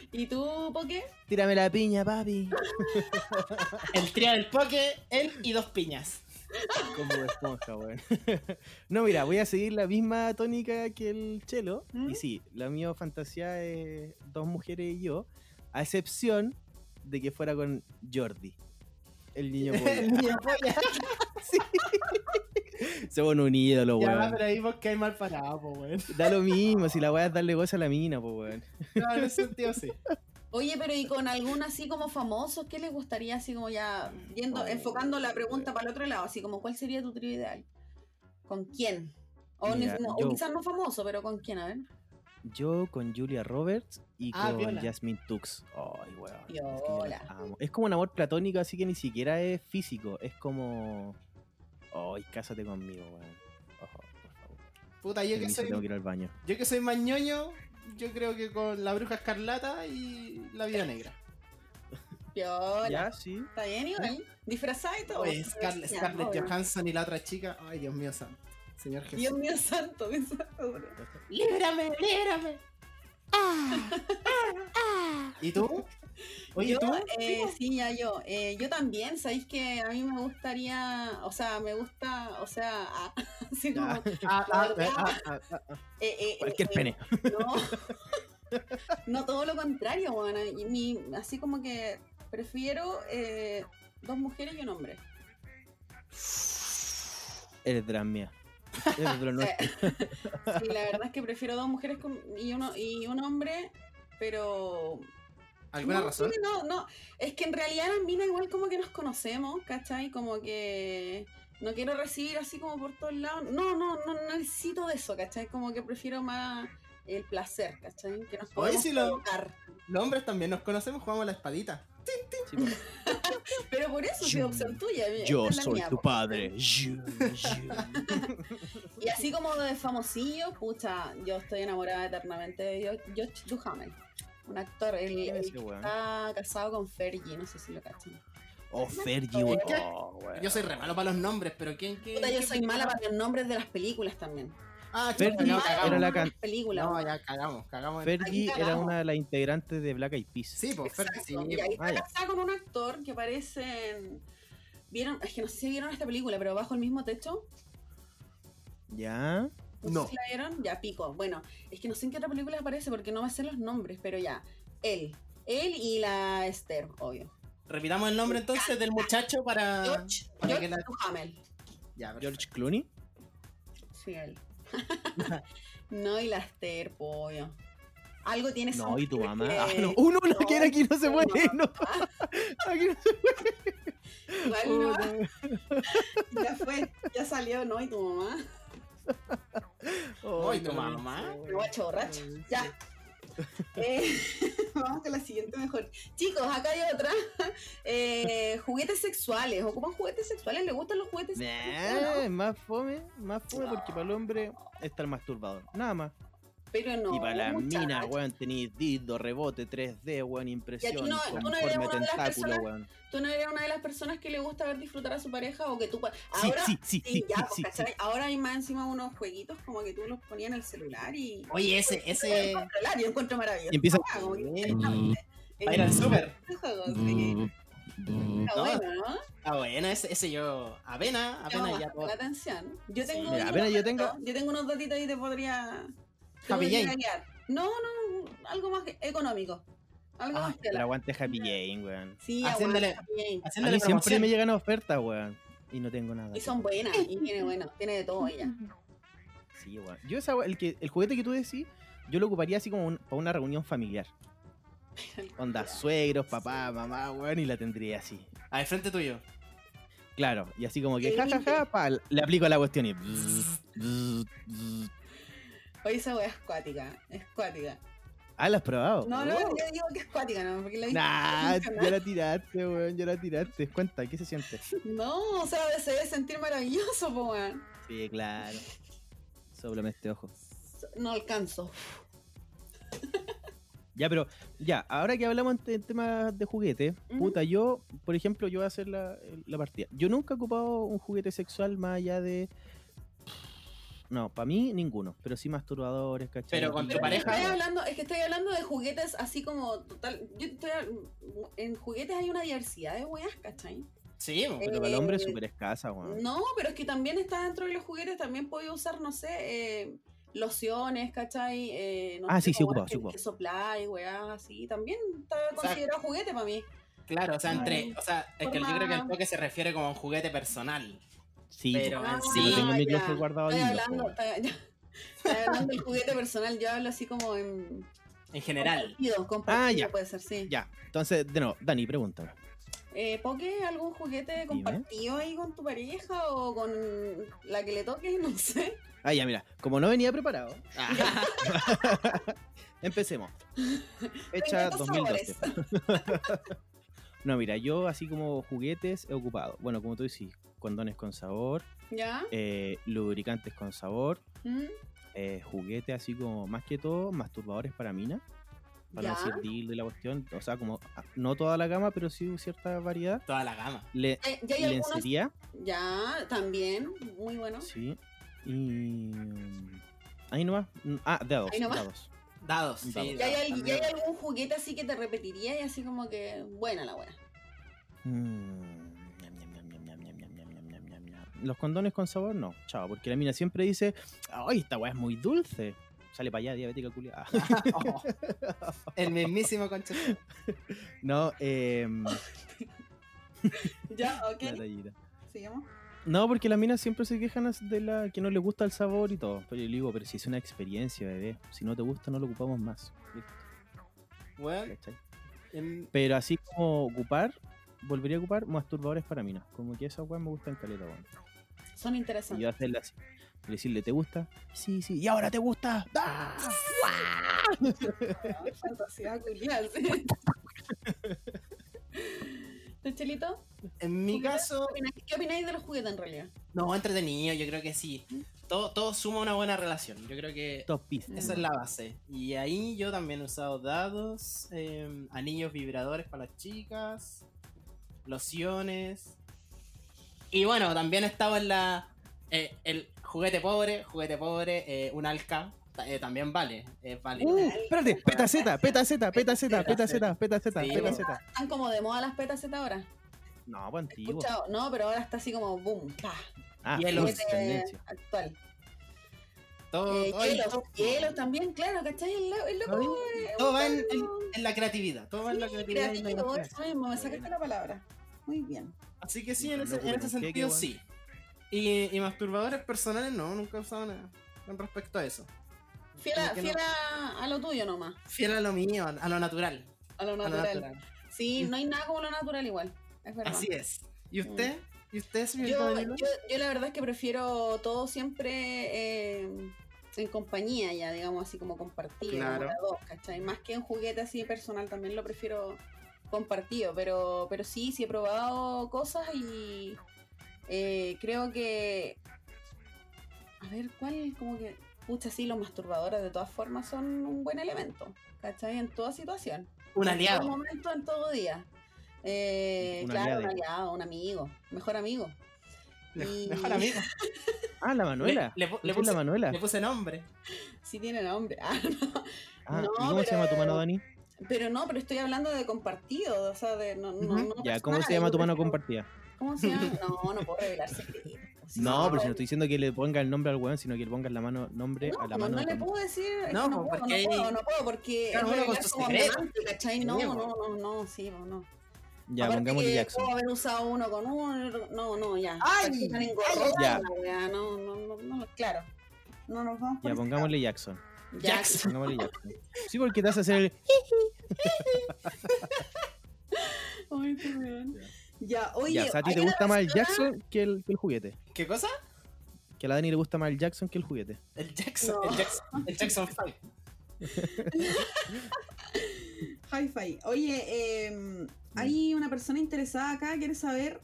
A: ¿Y tú, Poké?
B: Tírame la piña, papi.
C: El trío del poke, él y dos piñas.
B: Como de esponja, weón. [LAUGHS] No, mira, voy a seguir la misma tónica que el chelo.
A: ¿Mm?
B: Y sí, la mía fantasía es dos mujeres y yo, a excepción de que fuera con Jordi, el
C: [LAUGHS]
B: niño
C: El
B: polla.
C: niño
B: [LAUGHS]
C: polla.
B: Se pone un ídolo,
C: Ya,
B: weón.
C: pero ahí vos hay mal parado, po, weón.
B: Da lo mismo, si la voy a darle gozo a la mina, pues, weón.
C: [LAUGHS] No, en ese sentido sí.
A: Oye, pero ¿y con algún así como famoso? ¿Qué les gustaría así como ya yendo, enfocando la pregunta para el otro lado? Así como, ¿cuál sería tu trío ideal? ¿Con quién? O, ni-
B: Mira,
A: no, o
B: yo-
A: quizás no famoso, pero ¿con quién? A ver.
B: Yo con Julia Roberts y
C: Ah,
B: con
C: viola.
B: Jasmine Tux. Ay, weón. es que yo las
A: Viola.
B: amo. Es como un amor platónico, así que ni siquiera es físico. Es como. Ay, cásate conmigo, weón. Ojo, por favor.
C: Puta, yo que
B: Permiso,
C: soy,
B: tengo que ir al baño.
C: yo que soy más ñoño, yo creo que con la bruja escarlata y la vida negra.
A: Piola.
B: Ya, sí.
A: ¿Está bien igual? ¿Disfrazada y todo?
C: Oye, Scarlett,
A: Ya,
C: Scarlett
A: obvio.
C: Johansson y la otra chica. Ay, Dios mío, santo. Señor Jesús.
A: Dios mío santo, [LAUGHS] qué santo.
C: ¡Líbrame, líbrame! ¿Y tú? Oye,
A: yo,
C: ¿tú?
A: eh, sí, ya yo. Eh, yo también, sabéis que a mí me gustaría, o sea, me gusta, o sea, [LAUGHS] ah, así como,
C: [LAUGHS] Ah, ah, ah, ah, ah.
A: eh, eh,
B: Cualquier
A: eh,
B: pene.
A: No. [LAUGHS] No, todo lo contrario, bueno, y mi- así como que prefiero eh, dos mujeres y un hombre.
B: Eres dramia. Eres de lo nuestro.
A: Y la verdad es que prefiero dos mujeres con- y, uno, y un hombre, pero
C: ¿Alguna
A: no,
C: razón?
A: sí, No, no. Es que en realidad las minas igual como que nos conocemos, ¿cachai? Como que no quiero recibir así como por todos lados. No, no, no, no necesito de eso, ¿cachai? Como que prefiero más el placer, ¿cachai? Que nos podemos
C: sí lo-
A: provocar.
C: Los hombres también nos conocemos, jugamos la espadita.
B: Sí, po.
A: Pero por eso soy
B: Yo-
A: opción tuya. mi-
B: Yo
A: esta es la
B: soy
A: mía,
B: tu
A: po.
B: padre. Yo, yo.
A: Y así como de famosillo, pucha, yo estoy enamorada eternamente de Jo- George Duhamel. Un actor, el,
B: ¿Quién
A: el
B: es
A: que
B: ese weón?
A: está casado con Fergie, no sé si lo cachan.
B: Oh, Fergie, weón.
C: ¿Qué?
B: Oh, weón.
C: Yo soy re malo para los nombres, pero ¿quién? quién
A: Puta, yo
C: quién-
A: soy mala para los nombres de las películas también.
C: Ah, chuta,
B: Fergie
C: no,
A: Mala
C: cagamos.
B: era la
A: para
B: can-
A: las películas.
C: No, ya cagamos, cagamos. en-
B: Fergie
A: Aquí
B: era
A: cagamos.
B: una de las integrantes de Black Eyed Peas.
C: Sí, pues Fergie, sí.
A: Exacto. Y ahí
B: Ah,
A: está
B: ya.
A: casada con un actor que aparece en... ¿Vieron? Es que no sé si vieron esta película, pero bajo el mismo techo.
B: ¿Ya?
A: No. sé
C: No.
A: si la vieron? Ya, pico. Bueno, es que no sé en qué otra película aparece porque no me sé los nombres, pero ya. Él. Él y la Esther, obvio.
C: Repitamos el nombre entonces del muchacho para.
A: George, George
C: para Ah, que la-
A: Duhamel.
C: Ya, perfecto.
B: George Clooney.
A: Sí,
B: [LAUGHS]
A: él. no, y la Esther, po, obvio. Algo tiene esa
B: No, y tu
A: mujer
B: mamá.
A: que-
B: Ah, no. Uno, no,
A: no,
B: que aquí no se
A: no,
B: muere. No. Aquí no se
A: igual no, [LAUGHS]
B: muere.
A: ya fue, ya salió, no, y tu mamá.
C: Ay, tu
B: no,
C: mamá.
B: no.
A: Me guacho borracho. Ya. Eh, [LAUGHS] vamos con la siguiente mejor. Chicos, acá hay otra. Eh, juguetes sexuales. ¿Ocupan juguetes sexuales? ¿Le gustan los juguetes
B: Nah,
A: sexuales?
B: es más fome, más fome porque para el hombre está el masturbador, nada más.
A: Pero no.
B: y para las
A: muchachos.
B: minas, weón, tenéis dildo, rebote, 3D, weón,
A: Y
B: impresión,
A: a ti no- tú no eres una de
B: conforme
A: las
B: tentáculo,
A: personas-
B: weón.
A: ¿Tú no eres una de las personas que le gusta ver disfrutar a su pareja o que tú... pa-
B: Sí,
A: Ahora,
B: sí, sí,
A: sí,
B: sí,
A: ya,
B: sí,
A: pues,
B: sí, sí.
A: ¿cachai? Ahora hay más encima unos jueguitos como que tú los ponías en el celular y...
C: Oye, ese, ese.
A: Yo controlar, yo encuentro maravilloso.
B: Y empieza-
A: Ah, como que-
C: Para ir al súper.
A: Ese juego,
B: Mm,
A: sí. Está
C: No,
A: bueno, ¿no?
C: Ah, bueno, ese, ese yo.
A: Llama
C: Avena, avena ya
A: bastante
C: todo.
A: la atención. Yo
C: Sí.
A: tengo,
B: Mira,
A: unos
B: apenas yo
A: datos-
B: tengo-
A: yo tengo unos datitos ahí te podría. te
C: Happy
A: podría
C: Jane.
A: guiar. No, no, algo más económico. Algo
B: Ah,
A: más
B: pero
A: tela.
B: aguante Happy Jane, weón.
A: Sí,
C: Haciéndole-
A: aguanta, Happy Jane.
B: A mí
C: Haciéndole
B: siempre
C: promoción.
B: me llegan ofertas, weón, y no tengo nada.
A: Y son buenas, y tiene bueno, tiene de todo
B: [LAUGHS]
A: ella.
B: Sí, weón. Yo esa, we- el, que, el juguete que tú decís, yo lo ocuparía así como un- para una reunión familiar. Onda, suegros, papá, mamá, weón, y la tendría así.
C: Ah, de frente tuyo.
B: Claro, y así como que
A: Sí.
B: ja, ja, ja, pa, le aplico a la cuestión y...
A: Oye, esa wea es cuática, es cuática.
B: Ah, ¿la has probado?
A: No, no, yo digo que es cuática, no, porque la he visto
B: Uh. Nah, ya
A: funcionar.
B: la tiraste, weón, ya la tiraste. Cuenta, ¿qué se siente?
A: No, o sea, se debe sentir maravilloso, po, weón.
B: Sí, claro. Sóblame este ojo.
A: No alcanzo.
B: Ya, pero, ya, ahora que hablamos de temas de juguete,
A: Ujú.
B: puta, yo, por ejemplo, yo voy a hacer la, la partida. Yo nunca he ocupado un juguete sexual más allá de. No, para mí ninguno, pero sí masturbadores, ¿cachai?
C: Pero con tu
B: Y-
C: pareja,
A: Estoy hablando, es que estoy hablando de juguetes así como total. Yo estoy, hab- en juguetes hay una diversidad de weas, ¿cachai?
C: Sí, bo.
B: Pero para el hombre es
A: Eh,
B: súper escasa, weón.
A: No, pero es que también está dentro de los juguetes, también podía usar, no sé, eh, lociones, ¿cachai? Eh, no
B: Ah,
A: sé,
B: sí, sí,
A: como
B: ocupa,
A: weas
B: sí,
A: que-
B: ocupa.
A: que sopláis, weas así. También está considerado juguete para mí.
C: claro, o sea, entre. O sea, es que yo creo que el
A: Forma-
C: toque se refiere como a un juguete personal.
B: Sí,
C: pero
B: weón,
C: en
B: sí,
C: sí-
B: no tengo
A: Ah,
B: el
A: ya.
B: micrófono guardado
A: Estoy
B: ahí,
A: hablando,
B: weón.
A: estoy, [LAUGHS] estoy hablando del juguete personal, yo hablo así como en.
C: En general.
A: Compartido, compartido
B: Ah, ya.
A: puede ser, sí.
B: Ya, entonces, de nuevo, Dani, pregúntame.
A: Eh, ¿Poke algún juguete compartido ahí con tu pareja o con la que le toque? [LAUGHS] No sé.
B: Ah, ya, mira, como no venía preparado,
C: Ah,
A: [LAUGHS]
B: empecemos. Fecha
A: 22
B: 2012. [LAUGHS] No, mira, yo así como juguetes he ocupado, bueno, como tú decís, condones con sabor,
A: ¿Ya?
B: eh, lubricantes con sabor,
A: ¿Mm?
B: eh, juguetes así como, más que todo, masturbadores para mina, para
A: ¿Ya?
B: no decir dildo y la cuestión, o sea, como ah, no toda la gama, pero sí cierta variedad.
C: toda la gama.
B: Le,
A: Eh, ya hay algunos.
B: lencería,
A: Ya, también. Muy bueno.
B: sí, y... mm, Ahí nomás, mm, ah, dados,
A: Ahí nomás.
B: dados.
C: Dados. Sí,
B: Dados.
A: ¿Ya hay,
C: dados
A: al- ya
C: también.
A: hay algún juguete así que te repetiría y así como que buena la buena?
B: Mm, ñam, ñam, ñam, ñam, ñam, ñam, ñam, ñam, ñam, ñam, ñam, ñam. Los condones con sabor no, chao, porque la mina siempre dice, ay, esta weá es muy dulce. Sale para allá, diabética culiada.
C: [LAUGHS] Oh, el mismísimo concha.
B: [LAUGHS] No, em,
A: Ya,
B: la
A: ok.
B: tallita.
A: Sigamos.
B: No, porque las minas siempre se quejan as- de la que no les gusta el sabor y todo. Pero yo le digo, pero si es una experiencia, bebé. Si no te gusta, no lo ocupamos más. Listo,
C: Weón,
B: ¿cachai?
C: en-
B: Pero así como ocupar, volvería a ocupar masturbadores para minas. Como que esas weas me gustan caleta, weón.
A: Son
B: Y
A: interesantes.
B: yo hacerle así. Y decirle, ¿te gusta? Sí, sí. ¿Y ahora te gusta? ¡Ah!
A: Ah, Fantasía culiada. ¿Tú, Chelito?
C: en mi caso,
A: ¿Qué opináis- ¿Qué opináis de los juguetes en realidad?
C: no, entretenido, yo creo que sí. Todo, todo suma una buena relación. Yo creo que
B: Top pista.
C: Esa es la base. Y ahí yo también he usado dados, eh, anillos vibradores para las chicas, lociones. Y bueno, también he estado en la. eh, el juguete pobre, juguete pobre, eh, un alca, ta- eh, también vale. eh, vale.
B: Uh, espérate, petaceta, petaceta, petaceta, petaceta, petaceta,
C: Sí,
B: petaceta.
A: ¿Están como de moda las petas Z ahora?
B: No, pues antiguo.
A: Escuchado, no, pero ahora está así como boom, pa,
B: Ah,
C: Y el
B: uy,
C: oeste-
B: tendencia.
A: actual.
C: Todo,
A: Eh,
C: todo-
A: hielos,
C: todo-
A: hielos también, claro, ¿cachai? El, lo- el loco. eh,
C: todo va en,
A: buscando-
C: en- en la creatividad. Todo va en la creatividad. y en la
A: Creativo, eso
C: imaginación.
A: mismo, me sacaste la palabra. Muy bien.
C: Así que sí, en
B: Mientras
C: ese,
B: no
C: en
B: ocupen
C: ese
B: un queque,
C: sentido
B: weón.
C: sí. Y, y masturbadores personales no, nunca he usado nada con respecto a eso.
A: Fiel, a,
C: Como que
A: fiel a, a lo tuyo nomás,
C: Fiel a lo mío, a lo natural.
A: a lo
C: a lo
A: natural.
C: natural.
A: Sí, no hay nada como lo natural igual. Es verdad.
C: Así es. ¿Y usted? ¿Y usted, señor
A: Mm. Yo,
C: Danilo?
A: yo- yo la verdad es que prefiero todo siempre eh, en compañía, ya digamos así como compartido, como
C: Claro.
A: las dos, ¿cachai? Más que en juguete así personal, también lo prefiero compartido, pero, pero sí, sí he probado cosas y eh, creo que. A ver, ¿cuál? Como que. Pucha, sí, los masturbadores de todas formas son un buen elemento, ¿cachai? En toda situación.
C: Un
A: En
C: aliado.
A: todo momento, en todo día. Eh,
B: Un
A: claro,
B: aliado.
A: un aliado, un amigo, mejor amigo. Y- [LAUGHS]
C: Mejor amigo.
B: Ah, la [LAUGHS] Manuela.
C: Le- le pu- le
B: ¿Esa es
C: puse-
B: la Manuela.
C: Le puse nombre.
A: Sí tiene nombre. Ah, [LAUGHS] no.
B: Ah,
A: No,
B: ¿y cómo se llama tu mano, Dani?
A: Pero no, pero estoy hablando de compartido, o sea, de no, no,
C: Ujú.
A: no
B: Ya, ¿cómo
A: personal,
B: se llama tu
A: yo
B: mano
A: prefiero-
B: compartida?
A: ¿Cómo se llama? No, no puedo revelar secretos. Sí,
B: No, pero si no estoy diciendo que le ponga el nombre al weón, sino que le pongas la mano, nombre
A: No,
B: a la
A: no,
B: mano.
A: no
B: de
A: le
B: tu-
A: puedo decir, es que
C: No,
A: no, puedo,
C: pues, porque
A: no puedo,
C: ahí-
A: no puedo, porque
C: Cada
A: es
C: uno
B: pues,
C: con
A: revelar
C: sus
A: como
C: secretos.
A: amante, ¿cachai? No,
C: Sí,
A: no,
C: bueno.
A: no, no, sí, pues, no.
B: Ya,
A: Aparte
B: pongámosle
A: que
B: Jackson.
A: Puedo haber usado uno con uno, otro- no, no, ya.
C: ¡Ay!
A: Aquí están
C: ¡Ay,
A: engorrosadas,
B: ya!
A: la weá, no, no, no, no, claro. No nos vamos por
B: Ya,
A: ese
B: pongámosle Jackson.
A: lado.
B: [LAUGHS]
A: Jackson.
B: Pongámosle Jackson. Sí, porque te hace hacer el.
A: Ay, qué weón. Ya, oye,
B: Ya, o sea, a ti te
A: hay una
B: gusta más el
A: persona-
B: Jackson que el, que el juguete.
C: ¿Qué cosa?
B: Que a la Dani le gusta más el Jackson que el juguete.
C: El Jackson.
A: No.
C: El Jackson. El Jackson 5.
A: Hi-Fi. Oye, eh, hay una persona interesada acá, quiere saber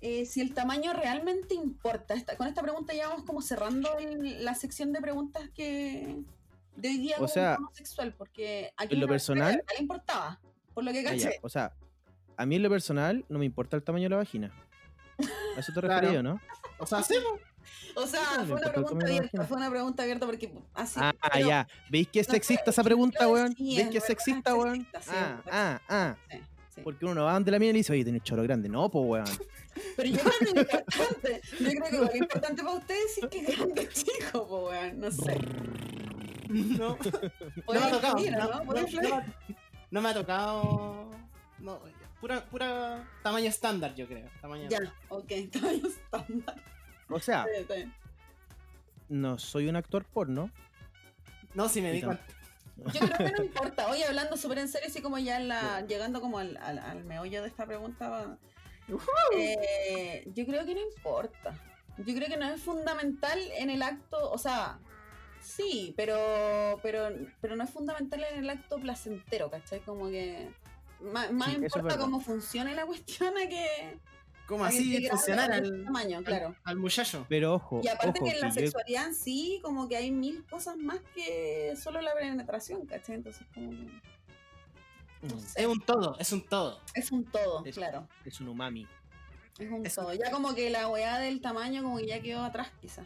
A: eh, si el tamaño realmente importa. Esta- con esta pregunta ya vamos como cerrando el- la sección de preguntas que de hoy día
B: O
A: como
B: sea,
A: homosexual, porque aquí
B: en lo
A: una persona que
B: personal-
A: le importaba, por lo que
B: Ah, ya,
A: caché.
B: O sea, a mí en lo personal no me importa el tamaño de la vagina. A eso te refería,
C: Claro.
B: yo, ¿no?
C: O sea, sí, po.
A: O sea,
B: Sí, le
A: fue una
B: importó el tamaño
A: pregunta
B: de la
A: abierta,
B: vagina.
A: fue una pregunta abierta porque así.
B: Ah,
A: pero-
B: ya. ¿Veis que es
A: no sé,
B: sexista esa
A: yo
B: pregunta,
A: sí,
B: weón?
A: es
B: ¿Veis que
A: verdad,
B: es sexista, weón?
A: sexista, sí,
B: Ah,
A: es
B: ah, ah.
A: sí, sí.
B: Porque uno va donde la mina y le dice, oye, tenés choro grande. No, po, weón.
A: Pero yo creo que lo importante, yo creo que lo que es importante para ustedes sí que es grande chico, po, weón, no sé.
C: No.
A: Puede
C: no me ha tocado.
A: influir, ¿no?
C: No,
A: Puede
C: no-
A: influir.
C: no me- no me ha tocado. No, pura, pura tamaño estándar, yo creo. Tamaño
A: Ya, ok, [LAUGHS] tamaño estándar.
B: O
A: [LAUGHS]
C: Ah.
B: sea,
A: Está bien, está bien.
B: no soy un actor porno.
C: No, si me di
B: Y tam-
C: cuenta.
A: Yo creo que no importa. Oye, hablando súper en serio, así como ya en la, llegando como al, al, al meollo de esta pregunta, va- Eh, yo creo que no importa. Yo creo que no es fundamental en el acto, o sea, sí, pero, pero, pero no es fundamental en el acto placentero, ¿cachai? Como que más, más
B: Sí, eso es
A: importa
B: verdad.
A: cómo funcione la cuestión a que,
C: ¿Cómo
A: a que esté grande
C: así funcionar
A: o
C: al,
A: tamaño, claro.
C: al muchacho?
B: Pero ojo,
A: Y aparte
B: ojo,
A: que en la
B: que yo-
A: sexualidad en sí, como que hay mil cosas más que solo la penetración, ¿cachai? Entonces, como que- no
B: Mm,
A: sé.
C: Es un todo, es un todo.
A: Es un todo,
B: Es-
A: claro.
B: es un umami.
A: Es un
C: es un-
A: todo. Ya como que la weá del tamaño como que ya quedó atrás, quizás.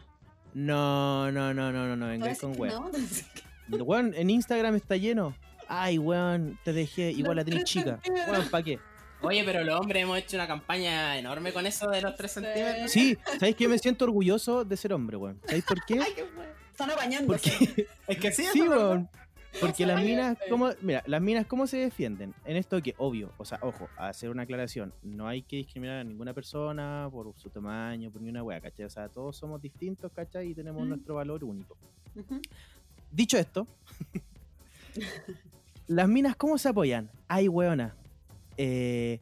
B: No, no, no, no, no, no,
A: Ahora
B: vengáis
A: sí
B: con
A: que
B: weón.
A: no, [LAUGHS] entonces,
B: Weón, en Instagram está lleno. Ay, weón, te dejé, igual
A: No
B: la
A: te
B: tenés chica.
A: entiendo.
B: Weón, ¿pa' qué?
C: Oye, pero los hombres hemos hecho una campaña enorme con eso de los 3
A: Sí.
C: centímetros.
B: Sí, ¿sabéis que yo me siento orgulloso de ser hombre, weón? ¿Sabéis por qué?
C: Ay, qué bueno.
A: Están apañando.
B: Porque,
C: Es que sí,
B: sí,
C: eso es verdad.
B: weón. Porque las minas,
A: Exactamente.
B: ¿cómo, mira, las minas, ¿cómo se defienden? En esto que, obvio, o sea, ojo, a hacer una aclaración, no hay que discriminar a ninguna persona por su tamaño, por ni una wea, ¿cachai? O sea, todos somos distintos, ¿cachai? Y tenemos
A: Mm.
B: nuestro valor único. Dicho esto, [LAUGHS] las minas, ¿cómo se apoyan? Ay, weona, eh,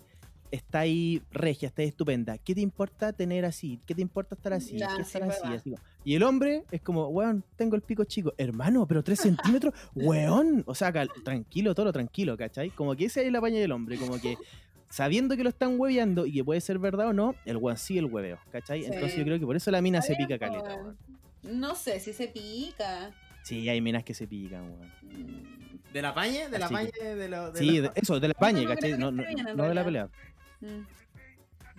B: está ahí regia, está ahí estupenda. ¿Qué te importa tener así? ¿Qué te importa estar así?
A: Ya,
B: ¿Qué
A: sí,
B: estar así?
A: verdad.
B: Así como- Y el hombre es como, weón, tengo el pico chico. Hermano, pero tres
A: [LAUGHS]
B: centímetros, weón. O sea, cal- tranquilo, todo tranquilo, ¿cachai? Como que ese es la paña del hombre, como que sabiendo que lo están hueveando y que puede ser verdad o no, el weón sigue el hueveo, ¿cachai?
A: Sí.
B: Entonces yo creo que por eso la mina
A: Está
B: se
A: bien,
B: pica
A: po,
B: caleta,
A: weón.
B: weón.
A: No sé si se pica.
B: Sí, hay minas que se pican, weón.
A: Mm,
C: ¿De la pañe? ¿De la
B: Así
C: pañe? De lo, de
B: Sí,
C: lo-
B: de- eso, de la
A: No, no,
B: paña,
A: no,
B: ¿cachai?
A: creo que
B: No,
A: esté
B: no-
A: bien, en
B: no de la
A: realidad.
B: pelea.
A: mm.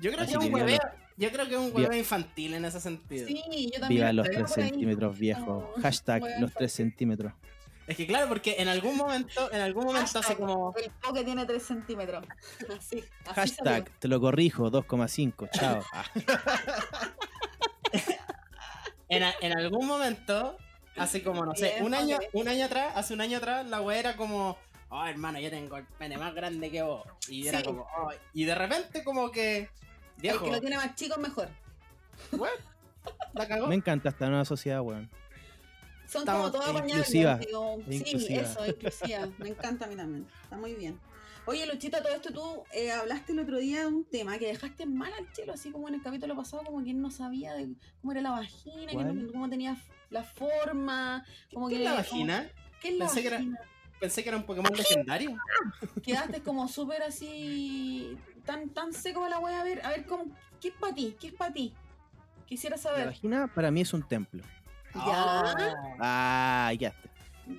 C: Yo creo que
B: Así
C: es un
B: que viva
C: hueveo.
B: la-
C: Yo creo que es un
B: viva-
C: hueveo infantil en ese sentido.
A: Sí, yo también.
B: Viva los
A: creo
B: 3
A: por ahí.
B: centímetros viejos.
A: como-
B: Hashtag
A: Bueno,
B: los 3 centímetros.
C: Es que claro, porque en algún momento, en algún momento hace
A: Hashtag.
C: como.
A: El toque tiene 3 centímetros. [LAUGHS] Así. así
B: Hashtag, te lo corrijo, 2,5. Chao.
A: [LAUGHS]
B: Ah,
C: En, a- en algún momento, hace como, no sé,
A: Bien,
C: un año,
A: ok.
C: un año atrás, hace un año atrás, la wea era como. Oh, hermano, yo tengo el pene más grande que vos. Y era
A: Sí.
C: como. "Oh", y de repente, como que.
A: salió. El
C: Viejo,
A: que lo tiene más chico es mejor.
C: la cagó.
B: me encanta esta nueva sociedad, weón.
A: Son
C: Estamos-
A: como todas
B: es
A: apañables,
B: inclusiva,
A: digo,
B: es
A: Sí,
B: inclusiva.
A: eso, inclusiva. Me encanta a mí también. Está muy bien. Oye, Luchita, todo esto tú eh, hablaste el otro día de un tema que dejaste mal al chelo, así como en el capítulo pasado, como que él no sabía de cómo era la vagina, que
B: ¿Cuál?
A: no- cómo tenía la forma, como
C: ¿Qué
A: que...
C: es la
A: como-
C: vagina?
A: ¿Qué es la
C: Pensé que era-
A: vagina?
C: Pensé que era un Pokémon legendario.
A: Quedaste como súper así, tan, tan seco para la wea. A ver, a ver, cómo, ¿qué es para ti? ¿Qué es para ti? Quisiera
B: La
A: saber.
B: vagina para mí es un templo.
A: Ya,
C: Ah.
B: Ah,
A: [LAUGHS]
B: ahí quedaste.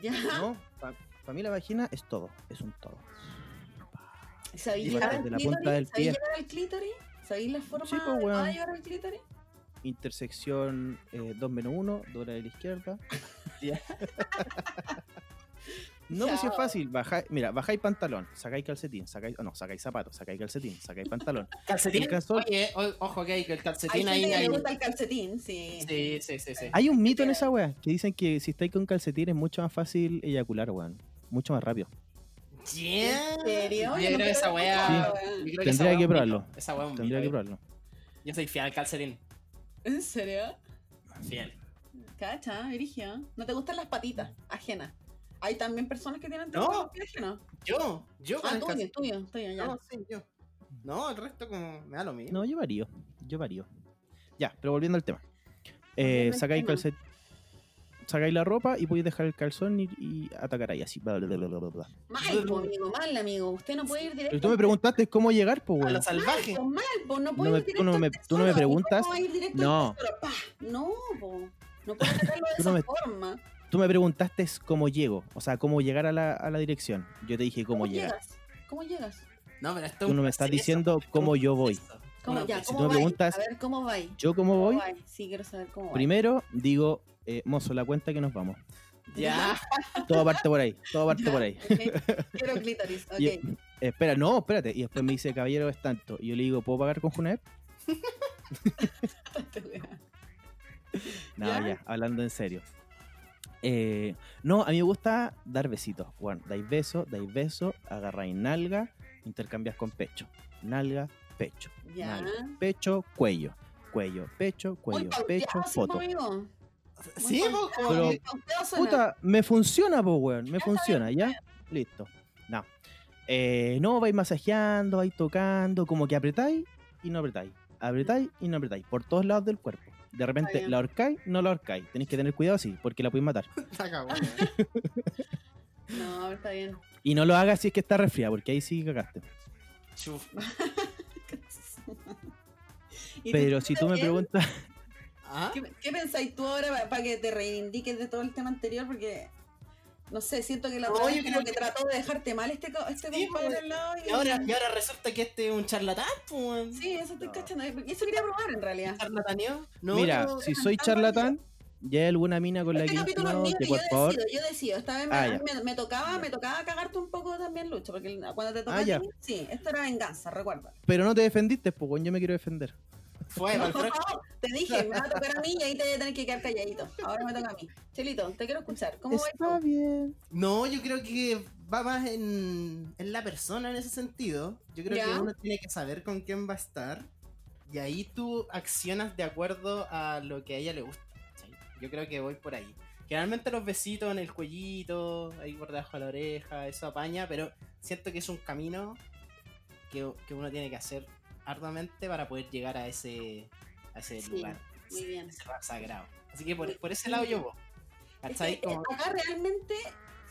A: ya.
B: No, para mí la vagina es todo, es un todo.
A: ¿Sabéis
B: Llegar
A: llegar al
B: desde la punta del
A: clítoris? ¿Sabéis
B: pie.
A: llegar al clítoris? ¿Sabéis la forma
B: Sí, pues,
A: adecuada
B: weón.
A: de llegar al clítoris?
B: Intersección eh, 2 menos 1, dobla de
A: [LAUGHS]
B: la izquierda.
C: Ya.
B: No, pues si es
A: Chao.
B: fácil. Bajáis, mira, bajáis pantalón, sacáis calcetín, sacáis, no, sacáis zapato, sacáis calcetín, sacáis pantalón.
C: Calcetín.
B: El calzón.
C: Oye, o- ojo que hay que el
A: Hay
C: calcetín
A: gente
C: ahí.
A: que
C: ahí-
A: le gusta el calcetín, sí.
C: Sí, sí, sí, sí.
B: Hay un mito en esa wea que dicen que si estáis con calcetín es mucho más fácil eyacular, weón. Mucho más rápido.
C: Yeah.
A: ¿En serio?
C: Yo creo
A: nunca
C: que
A: lo
C: esa
A: he
C: weá.
A: escuchado,
C: yo
A: weón.
C: creo
B: Tendría
C: esa weá
B: que
C: es un
B: probarlo.
C: mito. Esa
A: Oh,
C: weá es un
B: Tendría que
C: mito.
B: probarlo.
C: Yo soy fiel al calcetín.
A: ¿En serio?
C: Fiel.
A: Cacha, Virigio. ¿No te gustan las patitas ajenas? Hay también personas que tienen
C: No.
A: los pies ajenos.
C: Yo, yo con
A: Ah,
C: el
A: tuyo,
C: calcetín.
A: tuyo, tuyo, ya.
C: No, sí, yo. No, el resto como me da lo mismo.
B: No, yo varío. Yo varío. Ya, pero volviendo al tema. Eh,
A: al
B: sacáis
A: tema.
B: calcet- Sacáis la ropa y podéis dejar el calzón y, y atacar ahí así. bla, bla, bla, bla, bla, bla.
A: Mal, po, amigo, mal, amigo. Usted no puede ir directo.
B: Pero tú me preguntaste cómo llegar, pues,
C: A
B: weón.
C: lo salvaje.
A: Pues mal, po, no
B: No
A: puede
B: me-
A: ir
B: tú
A: directo
B: no
A: al
B: me- tú no
A: tesoro,
B: me
A: ¿y
B: preguntas?
A: cómo va a ir directo al
B: No.
A: tesoro? Pa, No, po. No
B: [LAUGHS]
A: puedes hacerlo de
B: Tú no
A: esa
B: me-
A: forma.
B: Tú me preguntaste cómo llego, o sea, cómo llegar a la, a la dirección. Yo te dije cómo, llegar.
A: llegas? ¿Cómo llegas?
C: No, pero esto es
B: Tú
C: un
B: no me estás
C: proceso,
B: diciendo
C: esto es un
B: cómo yo voy.
C: proceso.
A: ¿Cómo,
C: Una
A: ya,
C: presión.
A: ¿cómo
B: me
A: vais?
B: preguntas-
A: A ver, ¿cómo va?
B: Yo cómo
A: Oh,
B: voy,
A: Sí, quiero saber cómo va.
B: primero digo, eh, mozo, la cuenta que nos vamos.
C: Ya.
B: Todo parte por ahí, todo parte por ahí.
A: [LAUGHS] Ok, Quiero clítoris, ok.
B: Y- espera, no, espérate. Y después me dice, caballero, es tanto. Y yo le digo, ¿puedo pagar con Junaed? No,
A: ¿Ya?
B: ya, hablando en serio. Eh, no, a mí me gusta dar besitos. Bueno, dais beso, dais beso, agarráis nalga, intercambias con pecho. Nalga, pecho.
A: [LAUGHS] ya.
B: nalga, pecho, cuello. Cuello, pecho,
A: Muy
B: cuello, pecho,
A: pauteado, sí,
B: foto.
A: amigo.
C: Sí, vos como-
B: Pero-
A: Muy pauteado suena.
B: Puta, me funciona, pues, weón. Me funciona, ¿ya? Listo. No. Eh, no, vais masajeando, vais tocando, como que apretáis y no apretáis. Apretáis y no apretáis. Por todos lados del cuerpo. De repente
A: bien.
B: la ahorcáis, no la ahorcáis. Tenéis que tener cuidado, sí, porque la podéis matar.
C: Está cagado. ¿eh?
A: No, está bien. [LAUGHS]
B: Y no lo hagas si es que está resfriada, porque ahí sí cagaste.
A: [LAUGHS]
C: Chuf.
A: ¿Y
B: Pero si tú me
A: bien?
B: preguntas,
C: Ah,
A: ¿Qué, qué pensáis tú ahora para que te reivindiques de todo el tema anterior? Porque, no sé, siento que la
C: No,
A: otra
C: yo
A: vez
C: creo
A: como que trató de dejarte mal este, co- este
C: Sí,
A: compadre
C: pues,
A: al lado y-
C: Y ahora, y ahora resulta que este es un charlatán, pues.
A: Sí, eso estoy
B: No.
A: cachando. Eso quería probar en realidad.
C: ¿Charlataneo? No,
B: mira,
C: yo-
B: si soy
A: tan
B: charlatán, ya hay alguna mina con la
A: Este
B: que
A: capítulo es
B: no,
A: mío
B: que
A: y yo
B: por favor.
A: decido, yo decido. Esta vez me,
B: Ah, ya.
A: me- me tocaba,
B: Ya.
A: me tocaba cagarte un poco también, Lucho, porque cuando te
B: Ah,
A: tocaba,
B: ya. Eh,
A: sí, esto era venganza, recuerda.
B: Pero no te defendiste, pues, weón, yo me quiero defender.
C: Fue, para el próximo.
A: Te dije, me va a tocar a mí y ahí te voy a tener que quedar calladito. Ahora me toca a mí. Chelito, te quiero escuchar. ¿Cómo va
B: Está bien.
C: No, yo creo que va más en, en la persona en ese sentido. Yo creo
A: Ya.
C: que uno tiene que saber con quién va a estar. Y ahí tú accionas de acuerdo a lo que a ella le gusta. ¿cachai? Yo creo que voy por ahí. Generalmente los besitos en el cuellito, ahí por debajo de la oreja, eso apaña, pero siento que es un camino que, que uno tiene que hacer arduamente para poder llegar a ese, a ese
A: Sí,
C: lugar.
A: muy bien.
C: Ese lugar sagrado. Así que por, por ese lado yo voy.
A: Es
C: ¿Cachai?
A: que, eh,
C: Como-
A: acá realmente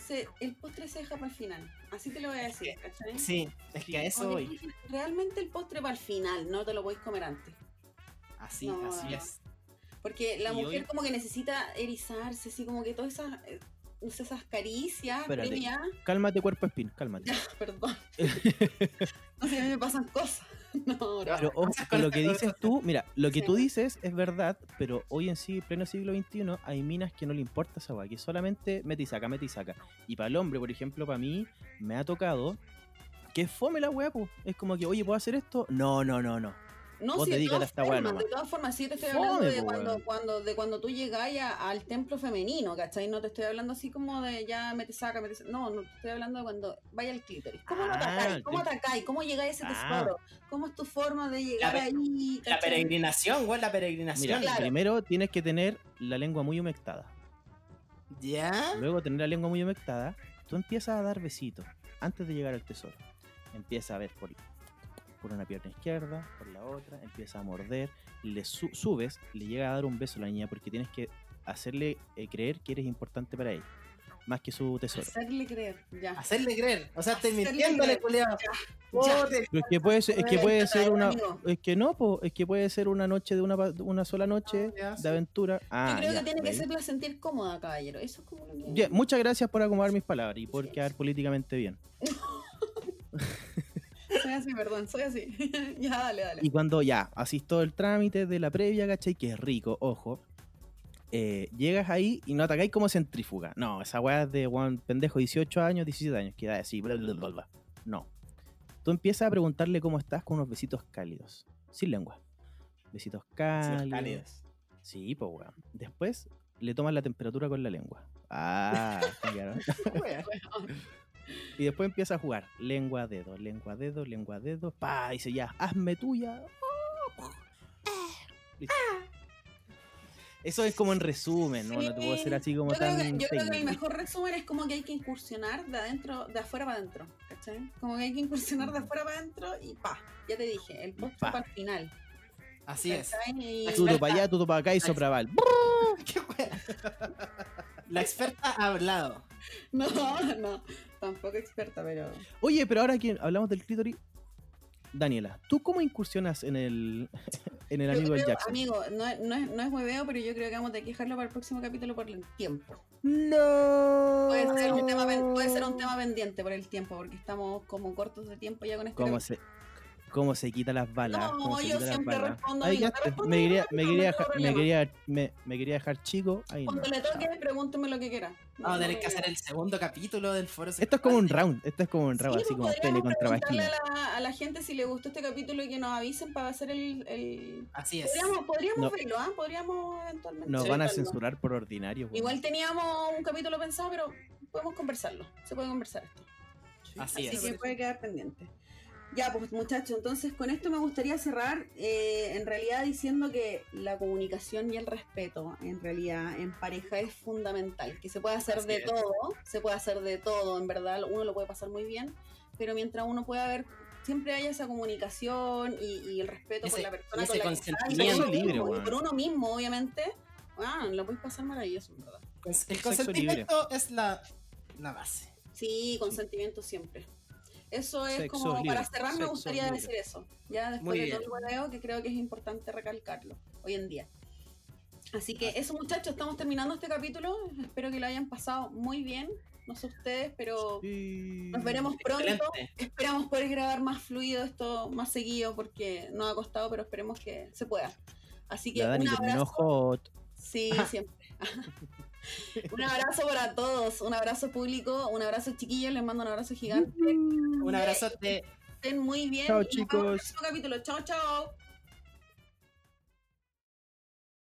A: se- el postre se deja para el final. Así te lo voy a decir, ¿cachai?
C: Sí, es que a eso
A: Como que
C: voy.
A: Realmente el postre para el final, no te lo podéis comer antes.
C: Así,
A: No,
C: así
A: no.
C: es.
A: Porque la
B: Y
A: mujer
B: hoy-
A: como que necesita erizarse, así como que todas esas, eh, no sé, esas caricias
B: Espérate.
A: previas.
B: Cálmate, cuerpo spin, cálmate.
A: [LAUGHS]
B: [LAUGHS]
A: Perdón. no sé, a mí me pasan cosas. [LAUGHS] No, no. [LAUGHS]
B: Pero ojo,
C: Cosas
B: con
C: con
B: lo
C: esta
B: que
C: cosa.
B: dices tú, mira, lo que
A: Sí.
B: tú dices es verdad, pero hoy en sí, pleno siglo XXI, hay minas que no le importa esa weá, que solamente mete y saca, mete y saca. Y para el hombre, por ejemplo, para mí, me ha tocado que es fome la weá, po. Es como que, oye, ¿puedo hacer esto? No, no, no, no.
A: No,
B: Vos
A: sí, de
B: dedícate a
A: todas,
B: esta weá
A: formas,
B: nomás.
A: de todas formas, sí te estoy
B: Fome,
A: hablando de,
B: po,
A: cuando,
B: weón.
A: cuando, de cuando tú llegáis a- al templo femenino, ¿cachai? No te estoy hablando así como de ya me te saca, me te saca. No, no, te estoy hablando de cuando vaya al clítoris. ¿Cómo lo
B: Ah,
A: atacáis?
B: el
A: ¿Cómo
B: clítoris.
A: atacáis? ¿Cómo llegáis a ese
B: Ah.
A: tesoro? ¿Cómo es tu forma de llegar
C: pe-
A: ahí?
C: La
A: ¿cachai?
C: peregrinación, güey, la
B: Mira,
C: peregrinación.
A: Claro.
B: primero tienes que tener la lengua muy humectada.
C: ¿Ya?
B: Luego de tener la lengua muy humectada, tú empiezas a dar besitos antes de llegar al tesoro. Empieza a ver por, por una pierna izquierda, por la otra, empieza a morder, le su- subes, le llega a dar un beso a la niña porque tienes que hacerle eh, creer que eres importante para ella, más que su tesoro.
A: Hacerle creer, ya.
C: Hacerle creer. O sea, estoy
A: Hacerle
C: mintiéndole,
A: creer.
C: culiao. Oh,
A: Ya.
C: Puta,
B: Pero es que puede ser, es que puede ser una...
A: Amigo,
B: Es que no, po, es que puede ser una noche de una, pa- una sola noche
C: Ah, ya, sí.
B: de aventura. Ah,
A: Yo creo
B: ya,
A: que tiene que
B: ¿veis?
A: hacerla sentir cómoda, caballero. Eso es como lo que.
B: Ya, muchas gracias por acomodar mis palabras y por quedar políticamente bien.
A: Soy así, perdón, soy así. [LAUGHS] ya, dale, dale.
B: Y cuando ya haces todo el trámite de la previa, ¿cachai? Que es rico, ojo. eh, llegas ahí y no atacáis como centrífuga. No, esa weá es de Juan pendejo, 18 años, 17 años, que da así, bla, bla, bla, bla. No. Tú empiezas a preguntarle cómo estás con unos besitos cálidos. Sin lengua. Besitos cálidos.
C: Los cálidos.
B: Sí, pues weón. Después le tomas la temperatura con la lengua. Ah, [LAUGHS] claro.
C: Wea.
B: Y después empieza a jugar. Lengua, dedo, lengua, dedo, lengua, dedo. Pa, dice ya, hazme tuya.
A: Eh,
B: Listo.
A: ah.
B: Eso es como en resumen, ¿no? No te puedo hacer así como
A: Yo creo,
B: tan.
A: que, yo creo que el
B: técnico.
A: mejor resumen es como que hay que incursionar de adentro, de afuera para adentro, ¿cachai? Como que hay que incursionar de afuera para adentro y pa, ya te dije, el postre
B: pa.
A: para el final. [LAUGHS]
C: Así es.
A: ¿cachai? Y-
B: Tuto para allá, tuto para acá y sopraval.
C: Qué wea. La experta ha hablado.
A: No, no, tampoco experta, pero
B: Oye, pero ahora que hablamos del clítoris, Daniela, ¿tú cómo incursionas en el, [LAUGHS] en el
A: Yo
B: amigo del
A: creo,
B: Jackson?
A: amigo, no, es- no es, no es hueveo, pero yo creo que vamos a tener que dejarlo para el próximo capítulo por el tiempo.
B: No.
A: Puede ser un tema, pen- puede ser un tema pendiente por el tiempo, porque estamos como cortos de tiempo ya con este
B: ¿Cómo
A: capítulo.
B: se, cómo se quita las balas?
A: No,
B: cómo se
A: yo
B: quita las
A: siempre
B: balas.
A: respondo,
B: Ahí
A: amigo,
B: quedaste.
A: te respondo
B: me
A: yo,
B: quería, me
A: no
B: quería,
A: tengo
B: dejar- me
A: problema.
B: quería, me, me quería dejar chico. Ahí no.
A: Cuando le toque, pregúnteme lo que quiera.
C: Vamos a tener que
A: Bueno.
C: hacer el segundo capítulo del foro.
B: Esto es como un round, esto es como un
A: Sí,
B: round, así
A: pues,
B: como pele
A: podríamos
B: contra
A: preguntarle
B: vagina.
A: a la, a la gente si le gustó este capítulo y que nos avisen para hacer el... el-
C: Así es.
A: Podríamos, podríamos
B: No.
A: verlo, ¿ah? Podríamos eventualmente...
B: Nos van a
A: verlo.
B: censurar por ordinario. pues, weón.
A: Igual teníamos un capítulo pensado, pero podemos conversarlo. Se puede conversar esto.
C: Así
A: Así que
C: es.
A: puede quedar pendiente. Ya, pues muchachos, entonces con esto me gustaría cerrar eh, en realidad diciendo que la comunicación y el respeto en realidad en pareja es fundamental, que se puede hacer
C: Así
A: de
C: es.
A: todo, se puede hacer de todo, en verdad uno lo puede pasar muy bien, pero mientras uno pueda ver, siempre haya esa comunicación y, y el respeto por
C: Ese-
A: la persona
C: ese
A: con la que
C: consentimiento
A: estás, y por uno
B: libre,
A: mismo, y
B: weón.
A: por uno mismo, obviamente, ah, lo puedes pasar maravilloso, en verdad.
C: Cons- El
B: Sexo
C: consentimiento es la, la base.
A: Sí, consentimiento siempre. Eso es
B: Sexo
A: como para
B: libre,
A: cerrar, me
B: sexo
A: gustaría
B: libre.
A: decir eso. Ya después
C: Muy
A: de
C: bien.
A: todo el hueveo, que creo que es importante recalcarlo hoy en día. Así
B: Ah.
A: que eso, muchachos, estamos terminando este capítulo. Espero que lo hayan pasado muy bien. No sé ustedes, pero
B: Sí.
A: nos veremos pronto.
C: Excelente.
A: Esperamos poder grabar más fluido esto más seguido porque nos ha costado, pero esperemos que se pueda. Así que
B: La Dani
A: un
B: terminó
A: abrazo.
B: hot.
A: Sí,
B: [LAUGHS]
A: siempre. un abrazo para todos, un abrazo público, un abrazo chiquillos, les mando un abrazo gigante.
C: Un abrazote.
A: Estén muy bien.
B: Chao,
A: y nos vemos en el
B: chicos.
A: próximo capítulo. Chao, chao.